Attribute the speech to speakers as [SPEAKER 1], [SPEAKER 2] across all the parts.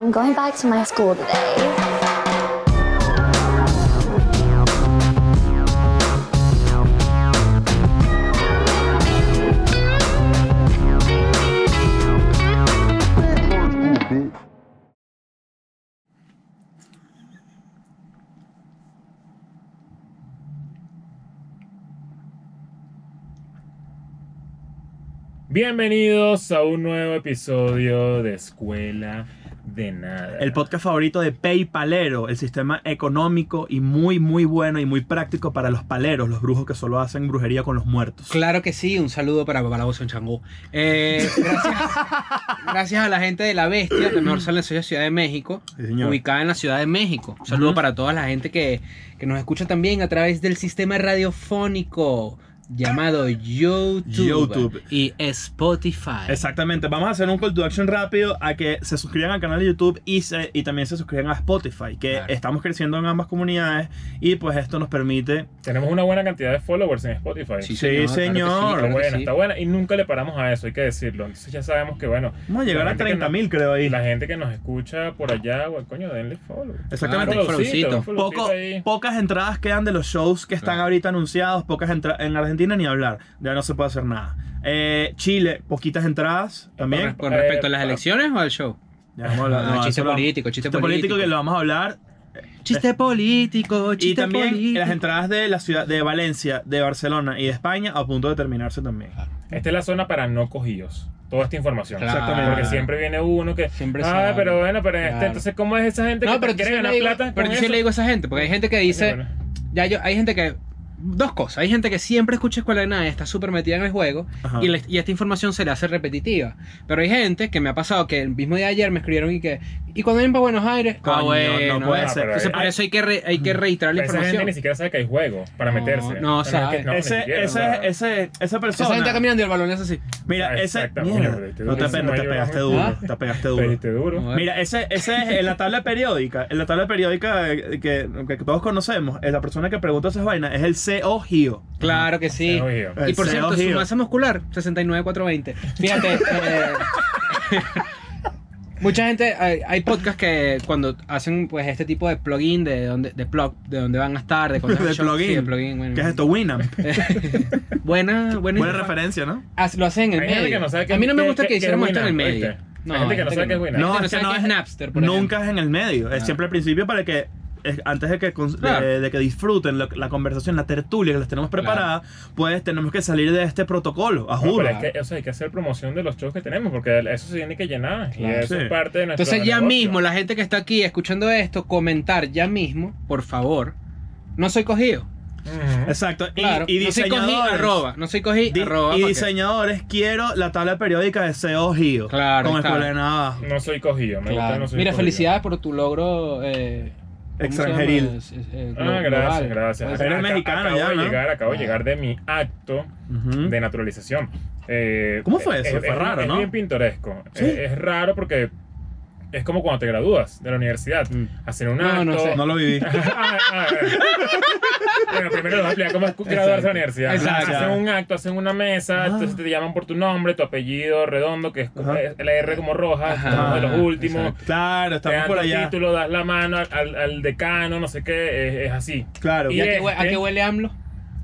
[SPEAKER 1] I'm going back to my school today.
[SPEAKER 2] Bienvenidos a un nuevo episodio de Escuela de Nada.
[SPEAKER 3] El podcast favorito de PayPalero, el sistema económico y muy, muy bueno y muy práctico para los paleros, los brujos que solo hacen brujería con los muertos.
[SPEAKER 4] Claro que sí, un saludo para Babalaboso en Changó. Eh, gracias, gracias a la gente de La Bestia, la mejor sala de ensayo de Ciudad de México,
[SPEAKER 3] Sí, señor.
[SPEAKER 4] ubicada en la Ciudad de México. Un saludo
[SPEAKER 3] Ujú.
[SPEAKER 4] para toda la gente que, que nos escucha también a través del sistema radiofónico llamado YouTube,
[SPEAKER 3] YouTube.
[SPEAKER 4] y Spotify.
[SPEAKER 3] Exactamente, vamos a hacer un call to action rápido a que se suscriban al canal de YouTube y, se- y también se suscriban a Spotify, que
[SPEAKER 4] Claro.
[SPEAKER 3] estamos creciendo en ambas comunidades y pues esto nos permite...
[SPEAKER 2] Tenemos una buena cantidad de followers en Spotify.
[SPEAKER 3] Sí, señor.
[SPEAKER 4] claro que
[SPEAKER 2] Está
[SPEAKER 4] sí, claro que
[SPEAKER 2] buena,
[SPEAKER 4] sí.
[SPEAKER 2] está buena. Y nunca le paramos a eso, hay que decirlo. Entonces ya sabemos que, bueno,
[SPEAKER 3] Vamos a llegar
[SPEAKER 2] La
[SPEAKER 3] a
[SPEAKER 2] gente que
[SPEAKER 3] 30.000 creo ahí.
[SPEAKER 2] la gente que nos escucha por allá, bueno, coño, denle follow.
[SPEAKER 3] Exactamente.
[SPEAKER 4] Claro,
[SPEAKER 2] Un followcito, un
[SPEAKER 4] followcito.
[SPEAKER 2] followcito
[SPEAKER 3] Poco-
[SPEAKER 2] ahí.
[SPEAKER 3] pocas entradas quedan de los shows que están
[SPEAKER 4] Claro.
[SPEAKER 3] ahorita anunciados, pocas entradas en Argentina ni hablar, ya no se puede hacer nada. Eh, Chile, poquitas entradas también.
[SPEAKER 4] ¿Con
[SPEAKER 2] Eh,
[SPEAKER 4] respecto a las
[SPEAKER 2] pa-
[SPEAKER 4] elecciones o al show?
[SPEAKER 3] Ya vamos a hablar-
[SPEAKER 4] Ah,
[SPEAKER 3] no,
[SPEAKER 4] chiste
[SPEAKER 3] eso lo-
[SPEAKER 4] político, chiste político.
[SPEAKER 3] que lo vamos a hablar.
[SPEAKER 4] Chiste político,
[SPEAKER 3] Y
[SPEAKER 4] chiste
[SPEAKER 3] también
[SPEAKER 4] político.
[SPEAKER 3] las entradas de la ciudad de Valencia, de Barcelona y de España a punto de terminarse también.
[SPEAKER 4] Ah.
[SPEAKER 2] Esta es la zona para no cogidos. Toda esta información.
[SPEAKER 4] Claro.
[SPEAKER 3] Exactamente.
[SPEAKER 2] Porque siempre viene uno que.
[SPEAKER 4] Siempre
[SPEAKER 2] Ah,
[SPEAKER 4] sabe".
[SPEAKER 2] pero bueno, pero este,
[SPEAKER 4] Claro.
[SPEAKER 2] entonces, ¿cómo es esa gente que
[SPEAKER 4] No, pero
[SPEAKER 2] quiere
[SPEAKER 4] yo sí
[SPEAKER 2] ganar
[SPEAKER 4] le digo-
[SPEAKER 2] plata?
[SPEAKER 4] Pero
[SPEAKER 2] con
[SPEAKER 4] yo sí
[SPEAKER 2] eso?
[SPEAKER 4] le digo a esa gente, porque hay gente que dice,
[SPEAKER 2] Bueno,
[SPEAKER 4] ya yo, hay gente que. Dos cosas. Hay gente que siempre escucha Escuela de Nada y está súper metida en el juego.
[SPEAKER 2] Ah.
[SPEAKER 3] Ajá.
[SPEAKER 4] Y, le- y esta información se le hace repetitiva. Pero hay gente que me ha pasado que el mismo día de ayer me escribieron y que. ¿Y cuando vienen para Buenos Aires?
[SPEAKER 3] Coño,
[SPEAKER 4] ah, bueno.
[SPEAKER 3] no puede
[SPEAKER 4] ¿ves?
[SPEAKER 3] ser.
[SPEAKER 2] pero
[SPEAKER 4] Entonces, por
[SPEAKER 3] Ay,
[SPEAKER 4] eso hay que, re- hay que reiterar la
[SPEAKER 2] Mm. pero esa gente
[SPEAKER 4] información.
[SPEAKER 2] ni siquiera sabe que hay juego para
[SPEAKER 4] No,
[SPEAKER 2] meterse.
[SPEAKER 4] no
[SPEAKER 2] O sea,
[SPEAKER 4] sabe.
[SPEAKER 2] es que- no, ni
[SPEAKER 3] ese,
[SPEAKER 2] siquiera, o
[SPEAKER 3] ese-
[SPEAKER 2] sea,
[SPEAKER 3] ese- esa
[SPEAKER 4] Esa gente
[SPEAKER 3] persona.
[SPEAKER 4] está caminando y el balón es así.
[SPEAKER 3] mira, ese.
[SPEAKER 2] Exactamente.
[SPEAKER 3] mierda,
[SPEAKER 2] Te
[SPEAKER 3] no te,
[SPEAKER 2] durísimo,
[SPEAKER 3] no te
[SPEAKER 2] yo-
[SPEAKER 3] pegaste duro.
[SPEAKER 4] Ah.
[SPEAKER 3] Te pegaste
[SPEAKER 2] Te
[SPEAKER 3] duro.
[SPEAKER 2] diste duro.
[SPEAKER 4] No,
[SPEAKER 3] Mira, ese, ese es en la tabla periódica. En la tabla periódica eh, que, que todos conocemos, eh, la persona que pregunta esas vainas es el CEO Gio.
[SPEAKER 4] Claro que sí.
[SPEAKER 2] Te odio.
[SPEAKER 3] Eh,
[SPEAKER 4] Y por
[SPEAKER 3] Se
[SPEAKER 4] cierto, su
[SPEAKER 3] ojió.
[SPEAKER 4] masa muscular, 69,420. Fíjate. eh, mucha gente, hay, hay podcasts que cuando hacen pues este tipo de plugin, de donde, de plug, de donde van a estar, de cosas
[SPEAKER 3] De
[SPEAKER 4] shows, sí,
[SPEAKER 3] plugin.
[SPEAKER 4] de plugin, bueno.
[SPEAKER 3] ¿Qué es esto? Winamp.
[SPEAKER 4] buena, buena,
[SPEAKER 3] Buena referencia, ¿no?
[SPEAKER 4] Ah, Lo hacen en el
[SPEAKER 2] Hay gente
[SPEAKER 4] medio.
[SPEAKER 2] que no sabe que-
[SPEAKER 4] a mí no me
[SPEAKER 2] que-
[SPEAKER 4] gusta que,
[SPEAKER 2] que- que
[SPEAKER 4] hiciéramos
[SPEAKER 2] es
[SPEAKER 4] esto en el
[SPEAKER 2] Winamp,
[SPEAKER 4] medio.
[SPEAKER 2] ¿viste? Hay gente que no sabe que es Winamp.
[SPEAKER 4] No,
[SPEAKER 3] No,
[SPEAKER 4] Hay gente que no
[SPEAKER 3] es que
[SPEAKER 4] sabe
[SPEAKER 3] no
[SPEAKER 4] que es
[SPEAKER 3] es-
[SPEAKER 4] Napster, por ejemplo.
[SPEAKER 3] Nunca es en el medio. Es
[SPEAKER 4] Ah.
[SPEAKER 3] siempre al principio para que. es- Antes de que, cons- de-
[SPEAKER 4] Claro.
[SPEAKER 3] de, que disfruten la, la conversación, la tertulia que les tenemos preparada, pues tenemos que salir de este protocolo, a
[SPEAKER 2] No,
[SPEAKER 3] juro.
[SPEAKER 2] pero es que, o sea, hay que hacer promoción de los shows que tenemos, porque eso se tiene que llenar. y
[SPEAKER 4] Claro.
[SPEAKER 2] eso
[SPEAKER 3] Sí.
[SPEAKER 2] es parte de nuestro
[SPEAKER 4] Entonces ya
[SPEAKER 2] negocio.
[SPEAKER 4] mismo, la gente que está aquí escuchando esto, comentar ya mismo, por favor, no soy cogido.
[SPEAKER 2] Ujú.
[SPEAKER 3] Exacto. Y-
[SPEAKER 4] Claro.
[SPEAKER 3] y,
[SPEAKER 4] no soy cogido,
[SPEAKER 3] diseñadores.
[SPEAKER 4] arroba. No soy cogido,
[SPEAKER 3] di-
[SPEAKER 4] arroba.
[SPEAKER 3] y
[SPEAKER 4] porque-
[SPEAKER 3] diseñadores, quiero la tabla periódica de CEO Gio.
[SPEAKER 4] Claro,
[SPEAKER 3] Con
[SPEAKER 4] está.
[SPEAKER 3] escuela de nada abajo.
[SPEAKER 2] No soy cogido, me gusta
[SPEAKER 4] Claro.
[SPEAKER 2] no soy
[SPEAKER 4] Mira,
[SPEAKER 2] cogido.
[SPEAKER 4] felicidades por tu logro eh, ¿cómo se llama?
[SPEAKER 3] Extranjeril.
[SPEAKER 4] Es- es- eh, glo-
[SPEAKER 2] Ah,
[SPEAKER 4] global.
[SPEAKER 2] gracias, gracias.
[SPEAKER 4] Pues,
[SPEAKER 3] Eres mexicano
[SPEAKER 2] acabo
[SPEAKER 3] ya,
[SPEAKER 2] de
[SPEAKER 3] ¿no?
[SPEAKER 2] llegar, acabo de
[SPEAKER 4] Ah.
[SPEAKER 2] llegar de mi acto
[SPEAKER 3] Ujú.
[SPEAKER 2] de naturalización. Eh,
[SPEAKER 3] ¿Cómo fue eso?
[SPEAKER 2] es-
[SPEAKER 3] Fue
[SPEAKER 2] es-
[SPEAKER 3] raro,
[SPEAKER 2] es
[SPEAKER 3] ¿no?
[SPEAKER 2] bien pintoresco.
[SPEAKER 3] Sí.
[SPEAKER 2] Es, es raro porque es como cuando te gradúas de la universidad.
[SPEAKER 3] Mm.
[SPEAKER 2] Hacer un
[SPEAKER 4] No,
[SPEAKER 2] acto...
[SPEAKER 4] no sé.
[SPEAKER 3] No lo viví.
[SPEAKER 2] Ah, ah, ah. bueno, primero lo voy a explicar cómo es graduarse de la universidad.
[SPEAKER 4] Exacto.
[SPEAKER 2] Hacen un acto, hacen una mesa,
[SPEAKER 3] Ah.
[SPEAKER 2] entonces te llaman por tu nombre, tu apellido redondo, que es
[SPEAKER 3] Ajá.
[SPEAKER 2] es la R como roja,
[SPEAKER 4] Ajá.
[SPEAKER 2] es uno de los últimos.
[SPEAKER 4] Exacto.
[SPEAKER 3] Claro,
[SPEAKER 2] Te dan
[SPEAKER 3] estamos por
[SPEAKER 2] tu
[SPEAKER 3] allá.
[SPEAKER 2] título, das la mano al- al, al decano, no sé qué, es, es así.
[SPEAKER 3] Claro.
[SPEAKER 4] ¿Y a qué, hue- a
[SPEAKER 2] Este-
[SPEAKER 4] qué huele AMLO?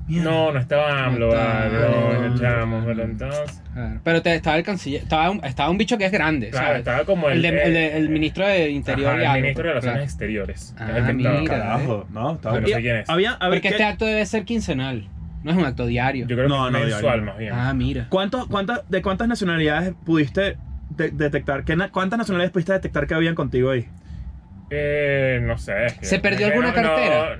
[SPEAKER 3] Mierda.
[SPEAKER 2] No, no estaba AMLO,
[SPEAKER 4] No estaba
[SPEAKER 2] bro,
[SPEAKER 3] AMLO.
[SPEAKER 2] chamo, pero entonces...
[SPEAKER 4] Claro. Pero te, estaba el canciller, estaba un, estaba un bicho que es grande,
[SPEAKER 2] Claro,
[SPEAKER 4] ¿sabes?
[SPEAKER 2] estaba como el... eh,
[SPEAKER 4] El, de- el de- el ministro de Interior
[SPEAKER 2] Ajá,
[SPEAKER 4] y algo. pues,
[SPEAKER 2] el ministro de Relaciones
[SPEAKER 4] claro.
[SPEAKER 2] Exteriores.
[SPEAKER 4] Ah,
[SPEAKER 2] es el que estaba.
[SPEAKER 4] mira.
[SPEAKER 3] Carajo, no, estaba-
[SPEAKER 2] Pero no sé quién es.
[SPEAKER 3] Había, a ver,
[SPEAKER 4] Porque
[SPEAKER 3] ¿qué-
[SPEAKER 4] este acto debe ser quincenal, no es un acto diario.
[SPEAKER 2] Yo creo que
[SPEAKER 3] No,
[SPEAKER 2] es
[SPEAKER 3] no,
[SPEAKER 2] mensual,
[SPEAKER 3] diario.
[SPEAKER 2] más bien.
[SPEAKER 4] Ah, mira.
[SPEAKER 3] ¿cuántos- cuántas, ¿de cuántas nacionalidades pudiste de- detectar? ¿Qué na- ¿Cuántas nacionalidades pudiste detectar que habían contigo ahí?
[SPEAKER 2] Eh, no sé. es que-
[SPEAKER 4] ¿Se perdió
[SPEAKER 2] es que
[SPEAKER 4] alguna
[SPEAKER 2] no- no-
[SPEAKER 4] cartera?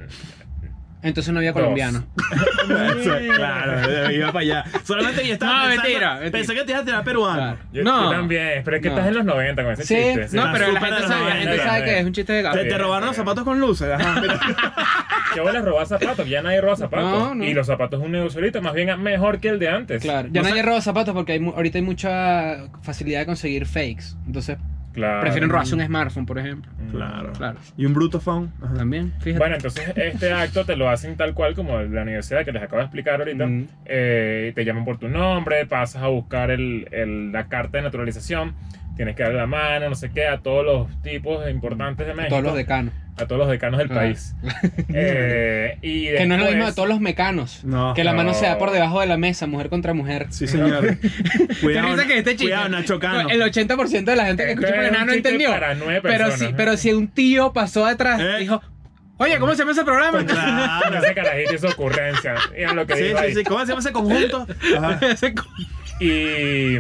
[SPEAKER 4] Entonces no había
[SPEAKER 2] Dos.
[SPEAKER 4] colombiano.
[SPEAKER 3] claro, iba para allá. Solamente yo estaba
[SPEAKER 4] No,
[SPEAKER 3] pensando,
[SPEAKER 4] mentira, mentira.
[SPEAKER 3] pensé que te ibas a tirar peruano.
[SPEAKER 4] Claro.
[SPEAKER 2] Yo,
[SPEAKER 4] no.
[SPEAKER 2] yo también, pero es que
[SPEAKER 4] No.
[SPEAKER 2] estás en los 90 con ese
[SPEAKER 4] Sí,
[SPEAKER 2] chiste. sí.
[SPEAKER 4] no, pero la
[SPEAKER 3] Súper
[SPEAKER 4] gente sabe, la
[SPEAKER 3] normal,
[SPEAKER 4] gente
[SPEAKER 2] claro,
[SPEAKER 4] sabe
[SPEAKER 2] eh.
[SPEAKER 4] que es un chiste de gato.
[SPEAKER 3] Te, te robaron los zapatos con luces. Ajá, mira.
[SPEAKER 2] ¿Qué bolas robar zapatos? Ya nadie roba zapatos.
[SPEAKER 4] No, no.
[SPEAKER 2] Y los zapatos es un negocio ahorita, más bien mejor que el de antes.
[SPEAKER 4] Claro, ya
[SPEAKER 3] No
[SPEAKER 4] nadie roba zapatos porque hay mu- ahorita hay mucha facilidad de conseguir fakes. Entonces
[SPEAKER 3] Ah,
[SPEAKER 2] Claro.
[SPEAKER 4] prefieren robarse un smartphone, por ejemplo.
[SPEAKER 2] Mm.
[SPEAKER 3] Claro.
[SPEAKER 4] Claro,
[SPEAKER 3] Y un bruto phone. Ajá.
[SPEAKER 4] también, fíjate.
[SPEAKER 2] Bueno, entonces este acto te lo hacen tal cual como el de la universidad que les acabo de explicar ahorita.
[SPEAKER 4] Mm.
[SPEAKER 2] Eh, te llaman por tu nombre, pasas a buscar el, el- la carta de naturalización. tienes que dar la mano, no sé qué, a todos los tipos importantes de México.
[SPEAKER 4] Todos los decanos.
[SPEAKER 2] a todos los decanos del
[SPEAKER 4] Ah.
[SPEAKER 2] país. Eh, y
[SPEAKER 4] Que no es lo mismo de
[SPEAKER 2] después-
[SPEAKER 4] todos los mecanos.
[SPEAKER 3] pues. No.
[SPEAKER 4] Que la mano se da por
[SPEAKER 2] No.
[SPEAKER 4] debajo de la mesa, mujer contra mujer.
[SPEAKER 3] Sí, señor.
[SPEAKER 4] ¿Te
[SPEAKER 3] Cuidado,
[SPEAKER 4] risa que este chiste-
[SPEAKER 3] cuidado Nacho Cano. Este
[SPEAKER 4] El 80% de la gente que
[SPEAKER 2] Esto
[SPEAKER 4] escucha por
[SPEAKER 2] es
[SPEAKER 4] nada
[SPEAKER 2] un
[SPEAKER 4] no
[SPEAKER 2] chiste
[SPEAKER 4] entendió.
[SPEAKER 2] Para nueve
[SPEAKER 4] Pero
[SPEAKER 2] personas. ¿eh?
[SPEAKER 4] si, pero si un tío pasó atrás,
[SPEAKER 3] Eh.
[SPEAKER 4] dijo, oye, ¿cómo se llama ese programa?
[SPEAKER 2] Con
[SPEAKER 3] Claro.
[SPEAKER 2] Ah, ese carajito y su ocurrencia. Miren lo que
[SPEAKER 3] Sí,
[SPEAKER 2] digo ahí.
[SPEAKER 3] sí, sí. ¿Cómo se llama ese conjunto? Ajá.
[SPEAKER 4] Ese co-
[SPEAKER 2] Y,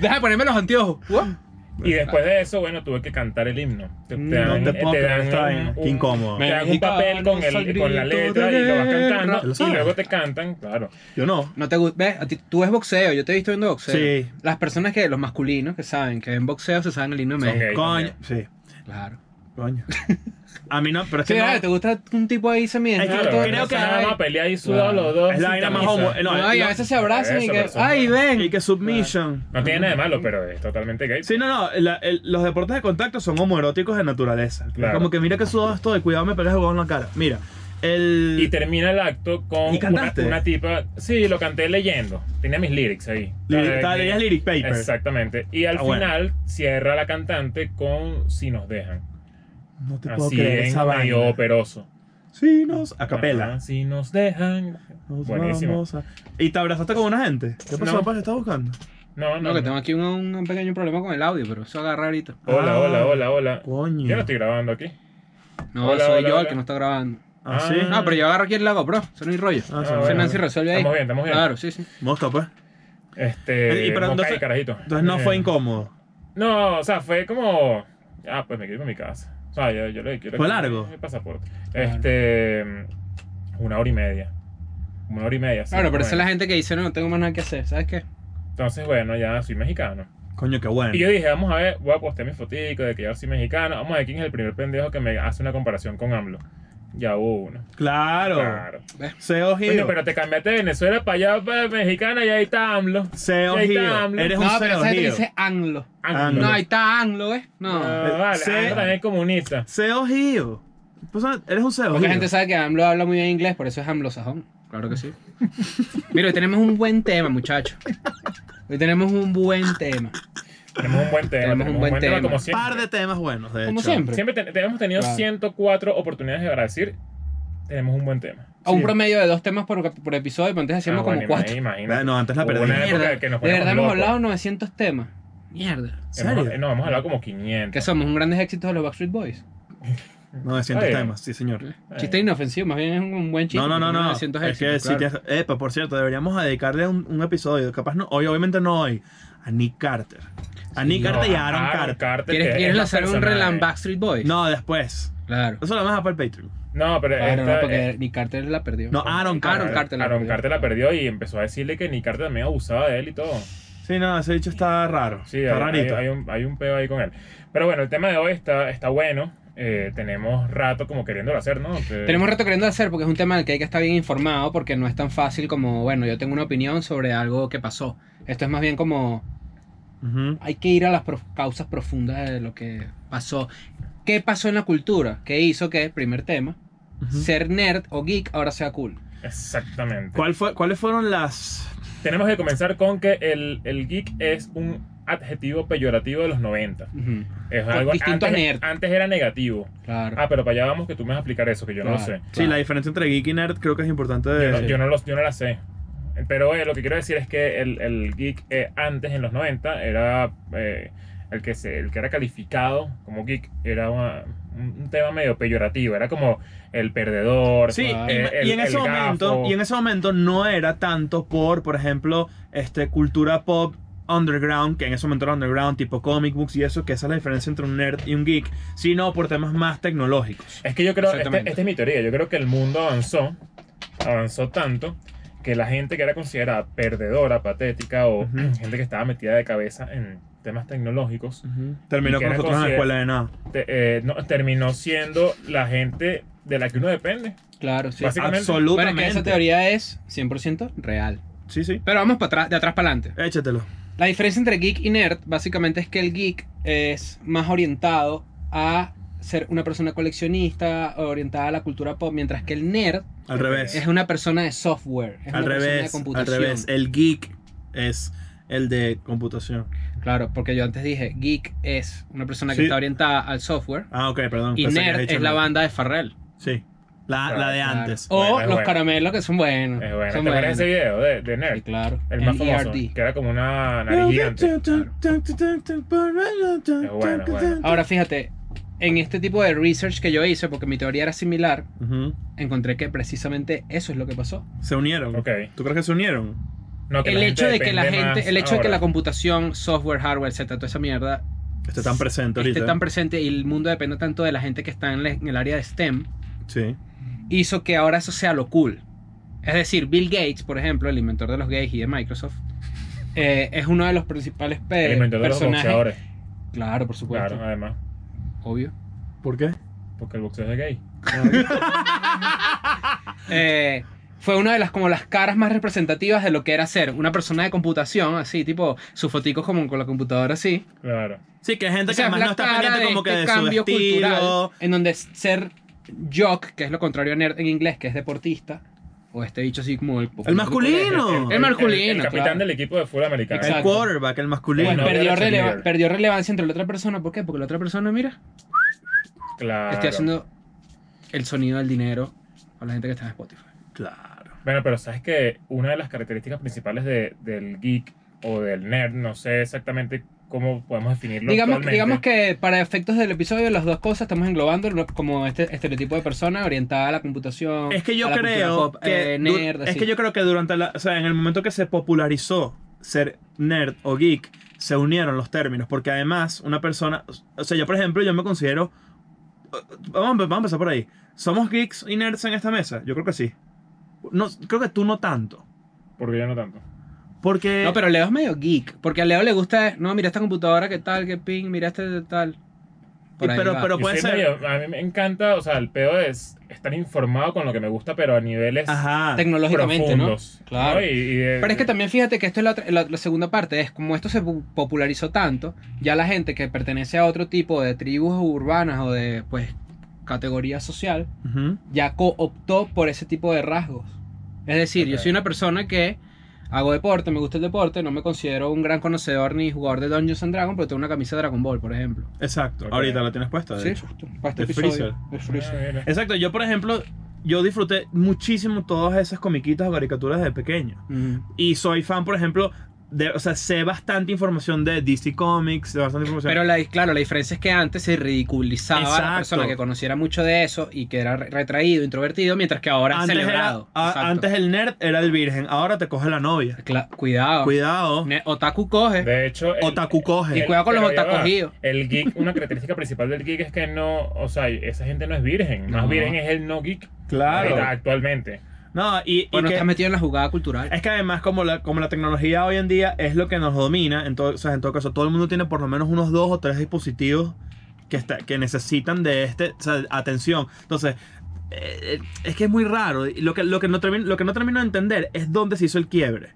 [SPEAKER 4] Deja de ponerme los anteojos. Uop.
[SPEAKER 2] y después de eso, bueno, tuve que cantar el himno. Te,
[SPEAKER 4] No
[SPEAKER 2] dan,
[SPEAKER 3] te puedo
[SPEAKER 2] te
[SPEAKER 3] creer
[SPEAKER 2] dan
[SPEAKER 3] esta vaina. Este Qué incómodo.
[SPEAKER 2] Te dan un
[SPEAKER 4] Mexicano,
[SPEAKER 2] papel con, el, con la
[SPEAKER 4] grito
[SPEAKER 2] letra y lo vas
[SPEAKER 4] de
[SPEAKER 3] guerra.
[SPEAKER 2] cantando.
[SPEAKER 3] Lo sabes.
[SPEAKER 2] Y luego te cantan, claro.
[SPEAKER 3] Yo no.
[SPEAKER 4] No te gu- ves, a ti- tú ves boxeo, yo te he visto viendo boxeo.
[SPEAKER 3] Sí.
[SPEAKER 4] Las personas que, los masculinos que saben que ven boxeo, se saben el himno de México.
[SPEAKER 2] Ok.
[SPEAKER 3] Coño. Sí,
[SPEAKER 4] Claro.
[SPEAKER 3] coño. A mí no, pero es
[SPEAKER 4] Sí,
[SPEAKER 3] que no.
[SPEAKER 4] dale, ¿te gusta un tipo ahí se mide?
[SPEAKER 3] Es que
[SPEAKER 2] Claro,
[SPEAKER 3] creo
[SPEAKER 2] no
[SPEAKER 3] que
[SPEAKER 2] se
[SPEAKER 3] hay-
[SPEAKER 2] van a pelear y sudados los dos.
[SPEAKER 3] Es la
[SPEAKER 2] sin
[SPEAKER 3] vaina más
[SPEAKER 2] camisa.
[SPEAKER 3] homo. eh, No,
[SPEAKER 4] Ay,
[SPEAKER 3] y-
[SPEAKER 4] a veces se abrazan y
[SPEAKER 2] Eso,
[SPEAKER 4] que,
[SPEAKER 2] persona.
[SPEAKER 4] ay, ven.
[SPEAKER 3] y que submission.
[SPEAKER 2] No tiene nada de malo, pero es totalmente gay.
[SPEAKER 3] Sí, no, no. la- el- los deportes de contacto son homoeróticos de naturaleza.
[SPEAKER 2] Claro.
[SPEAKER 3] Como que mira que sudado estoy, cuidado me pegas el huevo en la cara. Mira, el.
[SPEAKER 2] Y termina el acto con
[SPEAKER 3] ¿Y
[SPEAKER 2] una,
[SPEAKER 3] cantaste?
[SPEAKER 2] una tipa. Sí, lo canté leyendo. Tenía mis lyrics ahí.
[SPEAKER 3] Lyric,
[SPEAKER 2] Eh,
[SPEAKER 3] tal, leías lyric paper.
[SPEAKER 2] Exactamente. Y al
[SPEAKER 3] Ah, bueno.
[SPEAKER 2] final cierra la cantante con Si nos dejan.
[SPEAKER 3] No te puedo
[SPEAKER 2] Así
[SPEAKER 3] creer
[SPEAKER 2] en
[SPEAKER 3] esa vaina.
[SPEAKER 2] medio operoso.
[SPEAKER 3] Sí, nos. A capela.
[SPEAKER 2] Ajá, si nos dejan.
[SPEAKER 3] Nos
[SPEAKER 2] Buenísimo.
[SPEAKER 3] vamos a- ¿Y te abrazaste con una gente? ¿Qué pasó,
[SPEAKER 2] No.
[SPEAKER 3] papá? ¿Qué estás buscando?
[SPEAKER 2] No, no.
[SPEAKER 4] No, que
[SPEAKER 2] no.
[SPEAKER 4] tengo aquí un, un pequeño problema con el audio, pero eso agarra ahorita.
[SPEAKER 2] Hola,
[SPEAKER 3] Ah,
[SPEAKER 2] hola, hola, hola.
[SPEAKER 3] coño.
[SPEAKER 2] Yo no estoy grabando aquí.
[SPEAKER 4] No,
[SPEAKER 2] Hola,
[SPEAKER 4] soy
[SPEAKER 2] hola,
[SPEAKER 4] yo el
[SPEAKER 2] hola.
[SPEAKER 4] que no está grabando.
[SPEAKER 3] Ah,
[SPEAKER 2] Ah,
[SPEAKER 3] sí.
[SPEAKER 4] No, pero yo agarro aquí el lago, bro. Eso no hay rollo.
[SPEAKER 2] Ah,
[SPEAKER 3] Ah, sí,
[SPEAKER 2] bueno,
[SPEAKER 3] sí,
[SPEAKER 4] Se
[SPEAKER 3] bueno.
[SPEAKER 4] Nancy resuelve ahí.
[SPEAKER 2] Estamos bien, estamos bien.
[SPEAKER 4] Claro, sí, sí.
[SPEAKER 3] Mosca, pues.
[SPEAKER 2] Este.
[SPEAKER 3] Eh, Y pero
[SPEAKER 2] no
[SPEAKER 3] entonces-
[SPEAKER 2] caí, carajito.
[SPEAKER 3] Entonces no fue
[SPEAKER 2] Eh,
[SPEAKER 3] incómodo.
[SPEAKER 2] No, o sea, fue como. Ah, pues me quiero ir para mi casa. O sea, yo, yo le quiero.
[SPEAKER 3] ¿Fue largo?
[SPEAKER 2] Mi pasaporte. Este. Una hora y media. Una hora y media. sí,
[SPEAKER 4] Claro, pero
[SPEAKER 2] más o
[SPEAKER 4] esa es la
[SPEAKER 2] menos.
[SPEAKER 4] gente que dice, no, no tengo más nada que hacer. ¿Sabes qué?
[SPEAKER 2] Entonces, bueno, ya soy mexicano.
[SPEAKER 3] Coño, qué bueno.
[SPEAKER 2] Y yo dije, vamos a ver, voy a postear mis fotitos de que yo soy mexicano. Vamos a ver quién es el primer pendejo que me hace una comparación con AMLO. Ya hubo uno.
[SPEAKER 3] Claro.
[SPEAKER 2] Claro.
[SPEAKER 3] Se
[SPEAKER 2] Coño,
[SPEAKER 3] ojido.
[SPEAKER 2] pero te cambiaste de Venezuela para allá, para mexicana, y ahí está AMLO.
[SPEAKER 3] Se
[SPEAKER 2] Y ahí está
[SPEAKER 3] ojido.
[SPEAKER 2] AMLO.
[SPEAKER 3] Eres
[SPEAKER 4] no,
[SPEAKER 3] un
[SPEAKER 4] pero
[SPEAKER 3] se
[SPEAKER 4] esa gente que
[SPEAKER 3] ojido.
[SPEAKER 4] dice anglo.
[SPEAKER 3] AMLO.
[SPEAKER 4] No, ahí está anglo, ¿eh? No.
[SPEAKER 2] Ah, vale,
[SPEAKER 3] Ah, Sí.
[SPEAKER 2] AMLO también es comunista.
[SPEAKER 3] Se ojido. Pues, eres un se
[SPEAKER 4] Porque
[SPEAKER 3] ojido.
[SPEAKER 4] la gente sabe que AMLO habla muy bien inglés, por eso es anglosajón. Claro que sí. Mira, hoy tenemos un buen tema, muchachos. Hoy tenemos un buen tema.
[SPEAKER 2] Tenemos un buen tema. Tenemos un buen tema, como siempre.
[SPEAKER 3] Par de temas buenos, de
[SPEAKER 4] Como
[SPEAKER 3] hecho.
[SPEAKER 4] siempre.
[SPEAKER 2] Siempre te- te- hemos tenido
[SPEAKER 4] Claro.
[SPEAKER 2] 104 oportunidades de agradecer. Tenemos un buen tema.
[SPEAKER 4] A un
[SPEAKER 3] Sí.
[SPEAKER 4] promedio de dos temas por, por episodio, pero antes hacíamos
[SPEAKER 2] Ah,
[SPEAKER 4] como
[SPEAKER 2] bueno,
[SPEAKER 4] cuatro.
[SPEAKER 2] Imagina.
[SPEAKER 3] Bueno, antes la
[SPEAKER 2] Hubo
[SPEAKER 3] perdí.
[SPEAKER 2] una época
[SPEAKER 4] Mierda,
[SPEAKER 2] que nos
[SPEAKER 4] de verdad
[SPEAKER 2] poníamos
[SPEAKER 4] hemos
[SPEAKER 2] locos.
[SPEAKER 4] hablado 900 temas. Mierda.
[SPEAKER 3] ¿En serio?
[SPEAKER 2] Hemos- eh, no, hemos hablado como
[SPEAKER 4] ¿Qué
[SPEAKER 2] 500.
[SPEAKER 4] somos? ¿Un grandes éxitos de los Backstreet Boys?
[SPEAKER 3] 900
[SPEAKER 2] Está bien.
[SPEAKER 3] temas, sí, señor.
[SPEAKER 4] Chiste inofensivo, más bien es un buen chiste.
[SPEAKER 3] Eh. No, no, no,
[SPEAKER 4] tiene
[SPEAKER 3] no.
[SPEAKER 4] 900
[SPEAKER 3] Es que
[SPEAKER 4] éxitos,
[SPEAKER 3] si
[SPEAKER 4] claro.
[SPEAKER 3] te- Epa, por cierto, deberíamos dedicarle un, un episodio. Capaz no, hoy, obviamente no hoy. A Nick Carter. A Nick Carter y
[SPEAKER 2] ah,
[SPEAKER 3] a Aaron Carter.
[SPEAKER 4] ¿Quieres, quieres lanzar un
[SPEAKER 2] eh.
[SPEAKER 4] relan Backstreet Boys?
[SPEAKER 3] No, Eh, después.
[SPEAKER 4] Claro.
[SPEAKER 3] Eso lo vamos a para el Patreon.
[SPEAKER 2] No, pero
[SPEAKER 4] Claro,
[SPEAKER 2] esta-
[SPEAKER 4] no,
[SPEAKER 2] eh,
[SPEAKER 4] porque ni Carter la perdió.
[SPEAKER 3] No, Aaron Carter.
[SPEAKER 4] Aaron Carter la
[SPEAKER 2] Aaron
[SPEAKER 4] perdió.
[SPEAKER 2] Carter la perdió y empezó a decirle que Nick Carter también abusaba de él y todo.
[SPEAKER 3] Sí, no, ese dicho está raro.
[SPEAKER 2] Sí,
[SPEAKER 3] está
[SPEAKER 2] hay,
[SPEAKER 3] rarito.
[SPEAKER 2] hay- hay un, hay un peo ahí con él. Pero bueno, el tema de hoy está, está bueno. Eh, tenemos rato como queriéndolo hacer, ¿no? Que-
[SPEAKER 4] Tenemos rato queriendo hacer porque es un tema del que hay que estar bien informado porque no es tan fácil como, bueno, yo tengo una opinión sobre algo que pasó. Esto es más bien como
[SPEAKER 3] Ujú.
[SPEAKER 4] hay que ir a las prof- causas profundas de lo que pasó. ¿Qué pasó en la cultura? ¿Qué hizo que, primer tema,
[SPEAKER 3] Ujú.
[SPEAKER 4] ser nerd o geek ahora sea cool?
[SPEAKER 2] Exactamente.
[SPEAKER 3] ¿Cuál fue, ¿Cuáles fueron las...?
[SPEAKER 2] Tenemos que comenzar con que el, el geek es un adjetivo peyorativo de los 90.
[SPEAKER 4] Ujú,
[SPEAKER 2] Es algo
[SPEAKER 4] distinto a
[SPEAKER 2] antes,
[SPEAKER 4] nerd.
[SPEAKER 2] antes era negativo.
[SPEAKER 4] Claro.
[SPEAKER 2] Ah, pero para allá vamos que tú me vas a explicar eso, que yo no lo sé.
[SPEAKER 4] Claro,
[SPEAKER 3] Sí, la
[SPEAKER 4] claro.
[SPEAKER 3] diferencia entre geek y nerd creo que es importante.
[SPEAKER 2] Yo no,
[SPEAKER 3] De...
[SPEAKER 2] yo no los- yo no la sé. Pero eh, lo que quiero decir es que el, el geek eh, antes, en los 90, era eh, el, que se, el que era calificado como geek, era una- un, un tema medio peyorativo, era como el perdedor.
[SPEAKER 3] Sí,
[SPEAKER 4] Claro.
[SPEAKER 3] y,
[SPEAKER 2] eh, el-
[SPEAKER 3] y en ese
[SPEAKER 2] el
[SPEAKER 3] momento,
[SPEAKER 2] gafo.
[SPEAKER 3] y en ese momento no era tanto por, por ejemplo, este cultura pop underground, que en ese momento era underground, tipo comic books y eso, que esa es la diferencia entre un nerd y un geek, sino por temas más tecnológicos.
[SPEAKER 2] Es que yo creo, este-
[SPEAKER 4] Exactamente.
[SPEAKER 2] esta es mi teoría, yo creo que el mundo avanzó, avanzó tanto que la gente que era considerada perdedora, patética o
[SPEAKER 3] Ujú.
[SPEAKER 2] gente que estaba metida de cabeza en temas tecnológicos,
[SPEAKER 3] Terminó
[SPEAKER 2] Y que
[SPEAKER 3] con
[SPEAKER 2] era
[SPEAKER 3] nosotros en la
[SPEAKER 2] consider-
[SPEAKER 3] escuela de nada.
[SPEAKER 2] te- eh, no, terminó siendo la gente de la que uno depende.
[SPEAKER 4] Claro, sí.
[SPEAKER 2] Básicamente.
[SPEAKER 4] Bueno,
[SPEAKER 3] Absolutamente.
[SPEAKER 4] es que esa teoría es 100% real.
[SPEAKER 3] Sí, sí.
[SPEAKER 4] Pero vamos para atrás, de atrás para adelante.
[SPEAKER 3] Échatelo.
[SPEAKER 4] La diferencia entre geek y nerd básicamente es que el geek es más orientado a ser una persona coleccionista, orientada a la cultura pop, mientras que el nerd
[SPEAKER 3] Al revés.
[SPEAKER 4] es una persona de software, es
[SPEAKER 3] al
[SPEAKER 4] una persona de
[SPEAKER 3] revés. eh. Al
[SPEAKER 4] computación.
[SPEAKER 3] revés. El geek es el de computación.
[SPEAKER 4] Claro, porque yo antes dije, geek es una persona que
[SPEAKER 3] Sí.
[SPEAKER 4] está orientada al software
[SPEAKER 3] Ah, ok, perdón.
[SPEAKER 4] y
[SPEAKER 3] pensé que
[SPEAKER 4] nerd
[SPEAKER 3] habías dicho
[SPEAKER 4] es la
[SPEAKER 3] nerd.
[SPEAKER 4] banda de Farrell.
[SPEAKER 3] Sí. La,
[SPEAKER 2] Claro,
[SPEAKER 3] la de
[SPEAKER 4] Claro.
[SPEAKER 3] antes.
[SPEAKER 4] O
[SPEAKER 2] Bueno, es
[SPEAKER 4] los
[SPEAKER 2] bueno.
[SPEAKER 4] caramelos que son buenos.
[SPEAKER 2] Es bueno.
[SPEAKER 4] son
[SPEAKER 2] ¿Te acuerdas de ese video
[SPEAKER 4] buenos.
[SPEAKER 2] de, de
[SPEAKER 4] Sí,
[SPEAKER 2] Nerd?
[SPEAKER 4] claro. E
[SPEAKER 2] El más famoso.
[SPEAKER 4] NERD.
[SPEAKER 2] Que era como una nariz gigante. Claro. bueno, bueno.
[SPEAKER 4] Ahora fíjate, en este tipo de research que yo hice, porque mi teoría era similar,
[SPEAKER 3] Ujú.
[SPEAKER 4] encontré que precisamente eso es lo que pasó.
[SPEAKER 3] Se unieron.
[SPEAKER 2] Ok.
[SPEAKER 3] ¿Tú crees que se unieron?
[SPEAKER 2] No, que
[SPEAKER 4] El
[SPEAKER 2] la
[SPEAKER 4] hecho
[SPEAKER 2] gente
[SPEAKER 4] de que la
[SPEAKER 2] depende
[SPEAKER 4] gente,
[SPEAKER 2] más
[SPEAKER 4] el hecho de que
[SPEAKER 2] ahora.
[SPEAKER 4] la computación, software, hardware, etcétera, toda esa mierda,
[SPEAKER 3] Está tan presente Este, ahorita.
[SPEAKER 2] ¿eh?
[SPEAKER 4] esté tan presente y el mundo depende tanto de la gente que está en, la- en el área de STEM,
[SPEAKER 3] Sí.
[SPEAKER 4] hizo que ahora eso sea lo cool. Es decir, Bill Gates, por ejemplo, el inventor de los gays y de Microsoft, eh, es uno de los principales pe-
[SPEAKER 2] El inventor de los
[SPEAKER 4] personajes.
[SPEAKER 2] boxeadores.
[SPEAKER 4] Claro, por supuesto,
[SPEAKER 2] Claro, además.
[SPEAKER 4] obvio.
[SPEAKER 3] ¿Por qué?
[SPEAKER 2] Porque el boxeo es de gay.
[SPEAKER 4] Eh, fue una de las como las caras más representativas de lo que era ser una persona de computación, así, tipo, sus foticos como con la computadora así.
[SPEAKER 2] Claro.
[SPEAKER 3] Sí, que hay gente
[SPEAKER 4] O sea,
[SPEAKER 3] que
[SPEAKER 4] es
[SPEAKER 3] además
[SPEAKER 4] la
[SPEAKER 3] no está
[SPEAKER 4] cara
[SPEAKER 3] pendiente
[SPEAKER 4] de
[SPEAKER 3] como que
[SPEAKER 4] este
[SPEAKER 3] de su
[SPEAKER 4] cambio cultural,
[SPEAKER 3] estilo.
[SPEAKER 4] en donde ser jock, que es lo contrario a nerd en inglés, que es deportista, o este bicho así como el...
[SPEAKER 3] El masculino.
[SPEAKER 4] El masculino,
[SPEAKER 2] El, capitán
[SPEAKER 4] claro.
[SPEAKER 2] del equipo de fútbol americano.
[SPEAKER 3] El
[SPEAKER 4] Exacto.
[SPEAKER 3] quarterback,
[SPEAKER 2] Bueno,
[SPEAKER 3] el
[SPEAKER 4] Pues
[SPEAKER 3] masculino.
[SPEAKER 2] era
[SPEAKER 4] perdió,
[SPEAKER 2] Chuck
[SPEAKER 4] releva-
[SPEAKER 2] Miller.
[SPEAKER 4] perdió relevancia entre la otra persona. ¿Por qué? Porque la otra persona, mira,
[SPEAKER 2] Claro.
[SPEAKER 4] estoy haciendo el sonido del dinero a la gente que está en Spotify.
[SPEAKER 3] Claro.
[SPEAKER 2] Bueno, pero sabes que una de las características principales de- del geek o del nerd, no sé exactamente cómo podemos definirlo.
[SPEAKER 4] Digamos,
[SPEAKER 2] actualmente.
[SPEAKER 4] digamos que para efectos del episodio, las dos cosas estamos englobando lo- como este estereotipo de persona orientada a la computación.
[SPEAKER 3] Es que yo
[SPEAKER 4] a la cultura
[SPEAKER 3] creo
[SPEAKER 4] pop,
[SPEAKER 3] que
[SPEAKER 4] eh,
[SPEAKER 3] du-
[SPEAKER 4] nerd,
[SPEAKER 3] es
[SPEAKER 4] así.
[SPEAKER 3] que yo creo que durante la, o sea, en el momento que se popularizó ser nerd o geek, se unieron los términos, porque además una persona, o sea, yo por ejemplo, yo me considero vamos, a empe- vamos a empezar por ahí. ¿Somos geeks y nerds en esta mesa? Yo creo que sí. No, creo que tú no tanto,
[SPEAKER 2] Porque yo no tanto.
[SPEAKER 3] porque
[SPEAKER 4] No, pero Leo es medio geek. Porque a Leo le gusta. No, mira esta computadora, qué tal, qué ping, mira este tal. Por
[SPEAKER 3] y-
[SPEAKER 4] ahí
[SPEAKER 3] pero,
[SPEAKER 4] va.
[SPEAKER 3] pero
[SPEAKER 2] Yo
[SPEAKER 3] puede
[SPEAKER 2] soy
[SPEAKER 3] ser.
[SPEAKER 2] medio- a mí me encanta, o sea, el pedo es estar informado con lo que me gusta, pero a niveles
[SPEAKER 3] Ajá.
[SPEAKER 4] Tecnológicamente,
[SPEAKER 2] profundos.
[SPEAKER 4] ¿no? Claro.
[SPEAKER 2] Y- y de-
[SPEAKER 4] Pero es que también fíjate que esto es la, otra- la- la segunda parte, es como esto se pu- popularizó tanto, ya la gente que pertenece a otro tipo de tribus urbanas o de pues categoría social,
[SPEAKER 3] Ujú.
[SPEAKER 4] ya cooptó por ese tipo de rasgos. Es decir, yo
[SPEAKER 2] Ok.
[SPEAKER 4] soy una persona que hago deporte, me gusta el deporte, no me considero un gran conocedor ni jugador de Dungeons and Dragons, pero tengo una camisa de Dragon Ball, por ejemplo.
[SPEAKER 3] Exacto.
[SPEAKER 2] Ok.
[SPEAKER 3] Ahorita la tienes puesta. de
[SPEAKER 4] Sí,
[SPEAKER 3] hecho.
[SPEAKER 4] justo, para este
[SPEAKER 3] De
[SPEAKER 4] episodio. De
[SPEAKER 2] Ah,
[SPEAKER 4] Freezer.
[SPEAKER 2] mira.
[SPEAKER 3] Exacto. Yo por ejemplo, yo disfruté muchísimo todas esas comiquitas o caricaturas de pequeño.
[SPEAKER 4] Ujú.
[SPEAKER 3] Y soy fan, por ejemplo, de, o sea, sé bastante información de DC Comics, de bastante información.
[SPEAKER 4] Pero la, claro, la diferencia es que antes se ridiculizaba a la
[SPEAKER 3] Exacto.
[SPEAKER 4] persona que conociera mucho de eso y que era re- retraído, introvertido, mientras que ahora es
[SPEAKER 3] antes, era-
[SPEAKER 4] celebrado.
[SPEAKER 3] a-
[SPEAKER 4] Exacto.
[SPEAKER 3] antes el nerd era el virgen, ahora te coge la novia.
[SPEAKER 4] Cla- cuidado.
[SPEAKER 3] Cuidado,
[SPEAKER 4] Ne- Otaku coge.
[SPEAKER 2] De hecho, el-
[SPEAKER 3] otaku
[SPEAKER 4] y
[SPEAKER 3] coge.
[SPEAKER 4] cuidado con los
[SPEAKER 2] pero ya va.
[SPEAKER 4] otacogidos.
[SPEAKER 2] El geek, una característica principal del geek es que no, o sea, esa gente no es virgen. Más
[SPEAKER 4] No.
[SPEAKER 2] virgen es el no geek ahorita,
[SPEAKER 3] Claro.
[SPEAKER 2] actualmente.
[SPEAKER 3] No, y, y
[SPEAKER 4] Bueno,
[SPEAKER 3] que-
[SPEAKER 4] estás metido en la jugada cultural.
[SPEAKER 3] es que además como la, como la tecnología hoy en día es lo que nos domina, entonces en todo caso todo el mundo tiene por lo menos unos dos o tres dispositivos que, está, que necesitan de este, o sea, atención. Entonces, eh, es que es muy raro. Y Lo que, lo, que no termino, lo que no termino de entender es dónde se hizo el quiebre.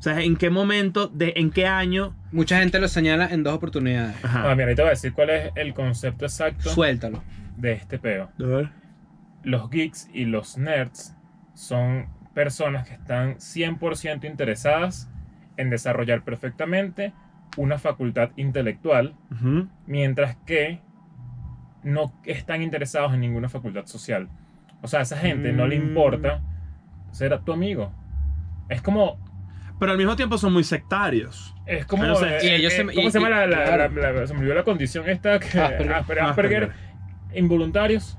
[SPEAKER 3] O sea, en qué momento, de, en qué año.
[SPEAKER 4] Mucha gente lo señala en dos oportunidades.
[SPEAKER 2] Ah,
[SPEAKER 3] Ajá.
[SPEAKER 2] mira, ahorita voy a decir cuál es el concepto exacto
[SPEAKER 4] Suéltalo.
[SPEAKER 2] de este peo.
[SPEAKER 3] A ver.
[SPEAKER 2] Los geeks y los nerds son personas que están 100% interesadas en desarrollar perfectamente una facultad intelectual,
[SPEAKER 3] Ujú.
[SPEAKER 2] mientras que no están interesados en ninguna facultad social. O sea, a esa gente no le
[SPEAKER 3] Mm.
[SPEAKER 2] importa ser tu amigo. Es como
[SPEAKER 3] Pero al mismo tiempo son muy sectarios.
[SPEAKER 2] Es como.
[SPEAKER 3] Pero, o sea,
[SPEAKER 2] eh,
[SPEAKER 4] y ellos
[SPEAKER 2] eh,
[SPEAKER 4] se-
[SPEAKER 2] ¿Cómo
[SPEAKER 4] y-
[SPEAKER 2] se llama
[SPEAKER 4] y-
[SPEAKER 2] la, la-
[SPEAKER 4] claro.
[SPEAKER 2] la- la- Se me olvidó la condición esta. Que,
[SPEAKER 4] Asperger.
[SPEAKER 2] Asperger.
[SPEAKER 3] Asperger.
[SPEAKER 2] Asperger, Involuntarios.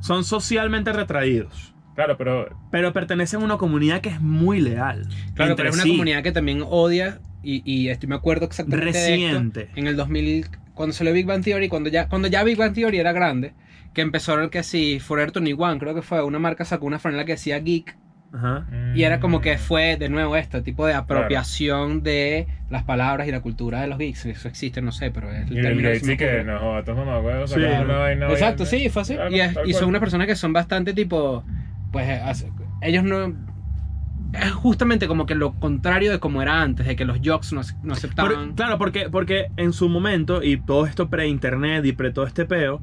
[SPEAKER 3] Son socialmente retraídos.
[SPEAKER 2] Claro, pero.
[SPEAKER 3] Pero pertenecen a una comunidad que es muy leal.
[SPEAKER 4] Claro,
[SPEAKER 3] entre
[SPEAKER 4] pero es una
[SPEAKER 3] sí,
[SPEAKER 4] comunidad que también odia y, y estoy me acuerdo exactamente de
[SPEAKER 3] Reciente.
[SPEAKER 4] esto. En el 2000, cuando salió Big Bang Theory, cuando ya, cuando ya Big Bang Theory era grande, que empezaron que si Forever 21, creo que fue, una marca sacó una franela que decía geek
[SPEAKER 3] Ajá.
[SPEAKER 4] y era como que
[SPEAKER 2] mm,
[SPEAKER 4] fue de nuevo este tipo de apropiación de las palabras y la cultura de los geeks. Eso existe, no sé, pero es el
[SPEAKER 2] Y Bill
[SPEAKER 4] término que
[SPEAKER 2] Gates
[SPEAKER 4] se me
[SPEAKER 2] sí que
[SPEAKER 4] ocurre.
[SPEAKER 2] no, joda, estos mamagüeos
[SPEAKER 3] Sí.
[SPEAKER 2] sacaron una vaina
[SPEAKER 4] Exacto,
[SPEAKER 2] hoy en
[SPEAKER 4] sí,
[SPEAKER 2] día.
[SPEAKER 4] fue así.
[SPEAKER 2] Claro,
[SPEAKER 4] y, es-
[SPEAKER 2] tal
[SPEAKER 4] y son
[SPEAKER 2] cual.
[SPEAKER 4] unas personas que son bastante tipo, pues eh, as- ellos no... Es justamente como que lo contrario de como era antes, de que los jocks no, ac- no
[SPEAKER 3] Por-
[SPEAKER 4] aceptaban.
[SPEAKER 3] claro, porque, porque en su momento, y todo esto pre-internet y pre todo este peo,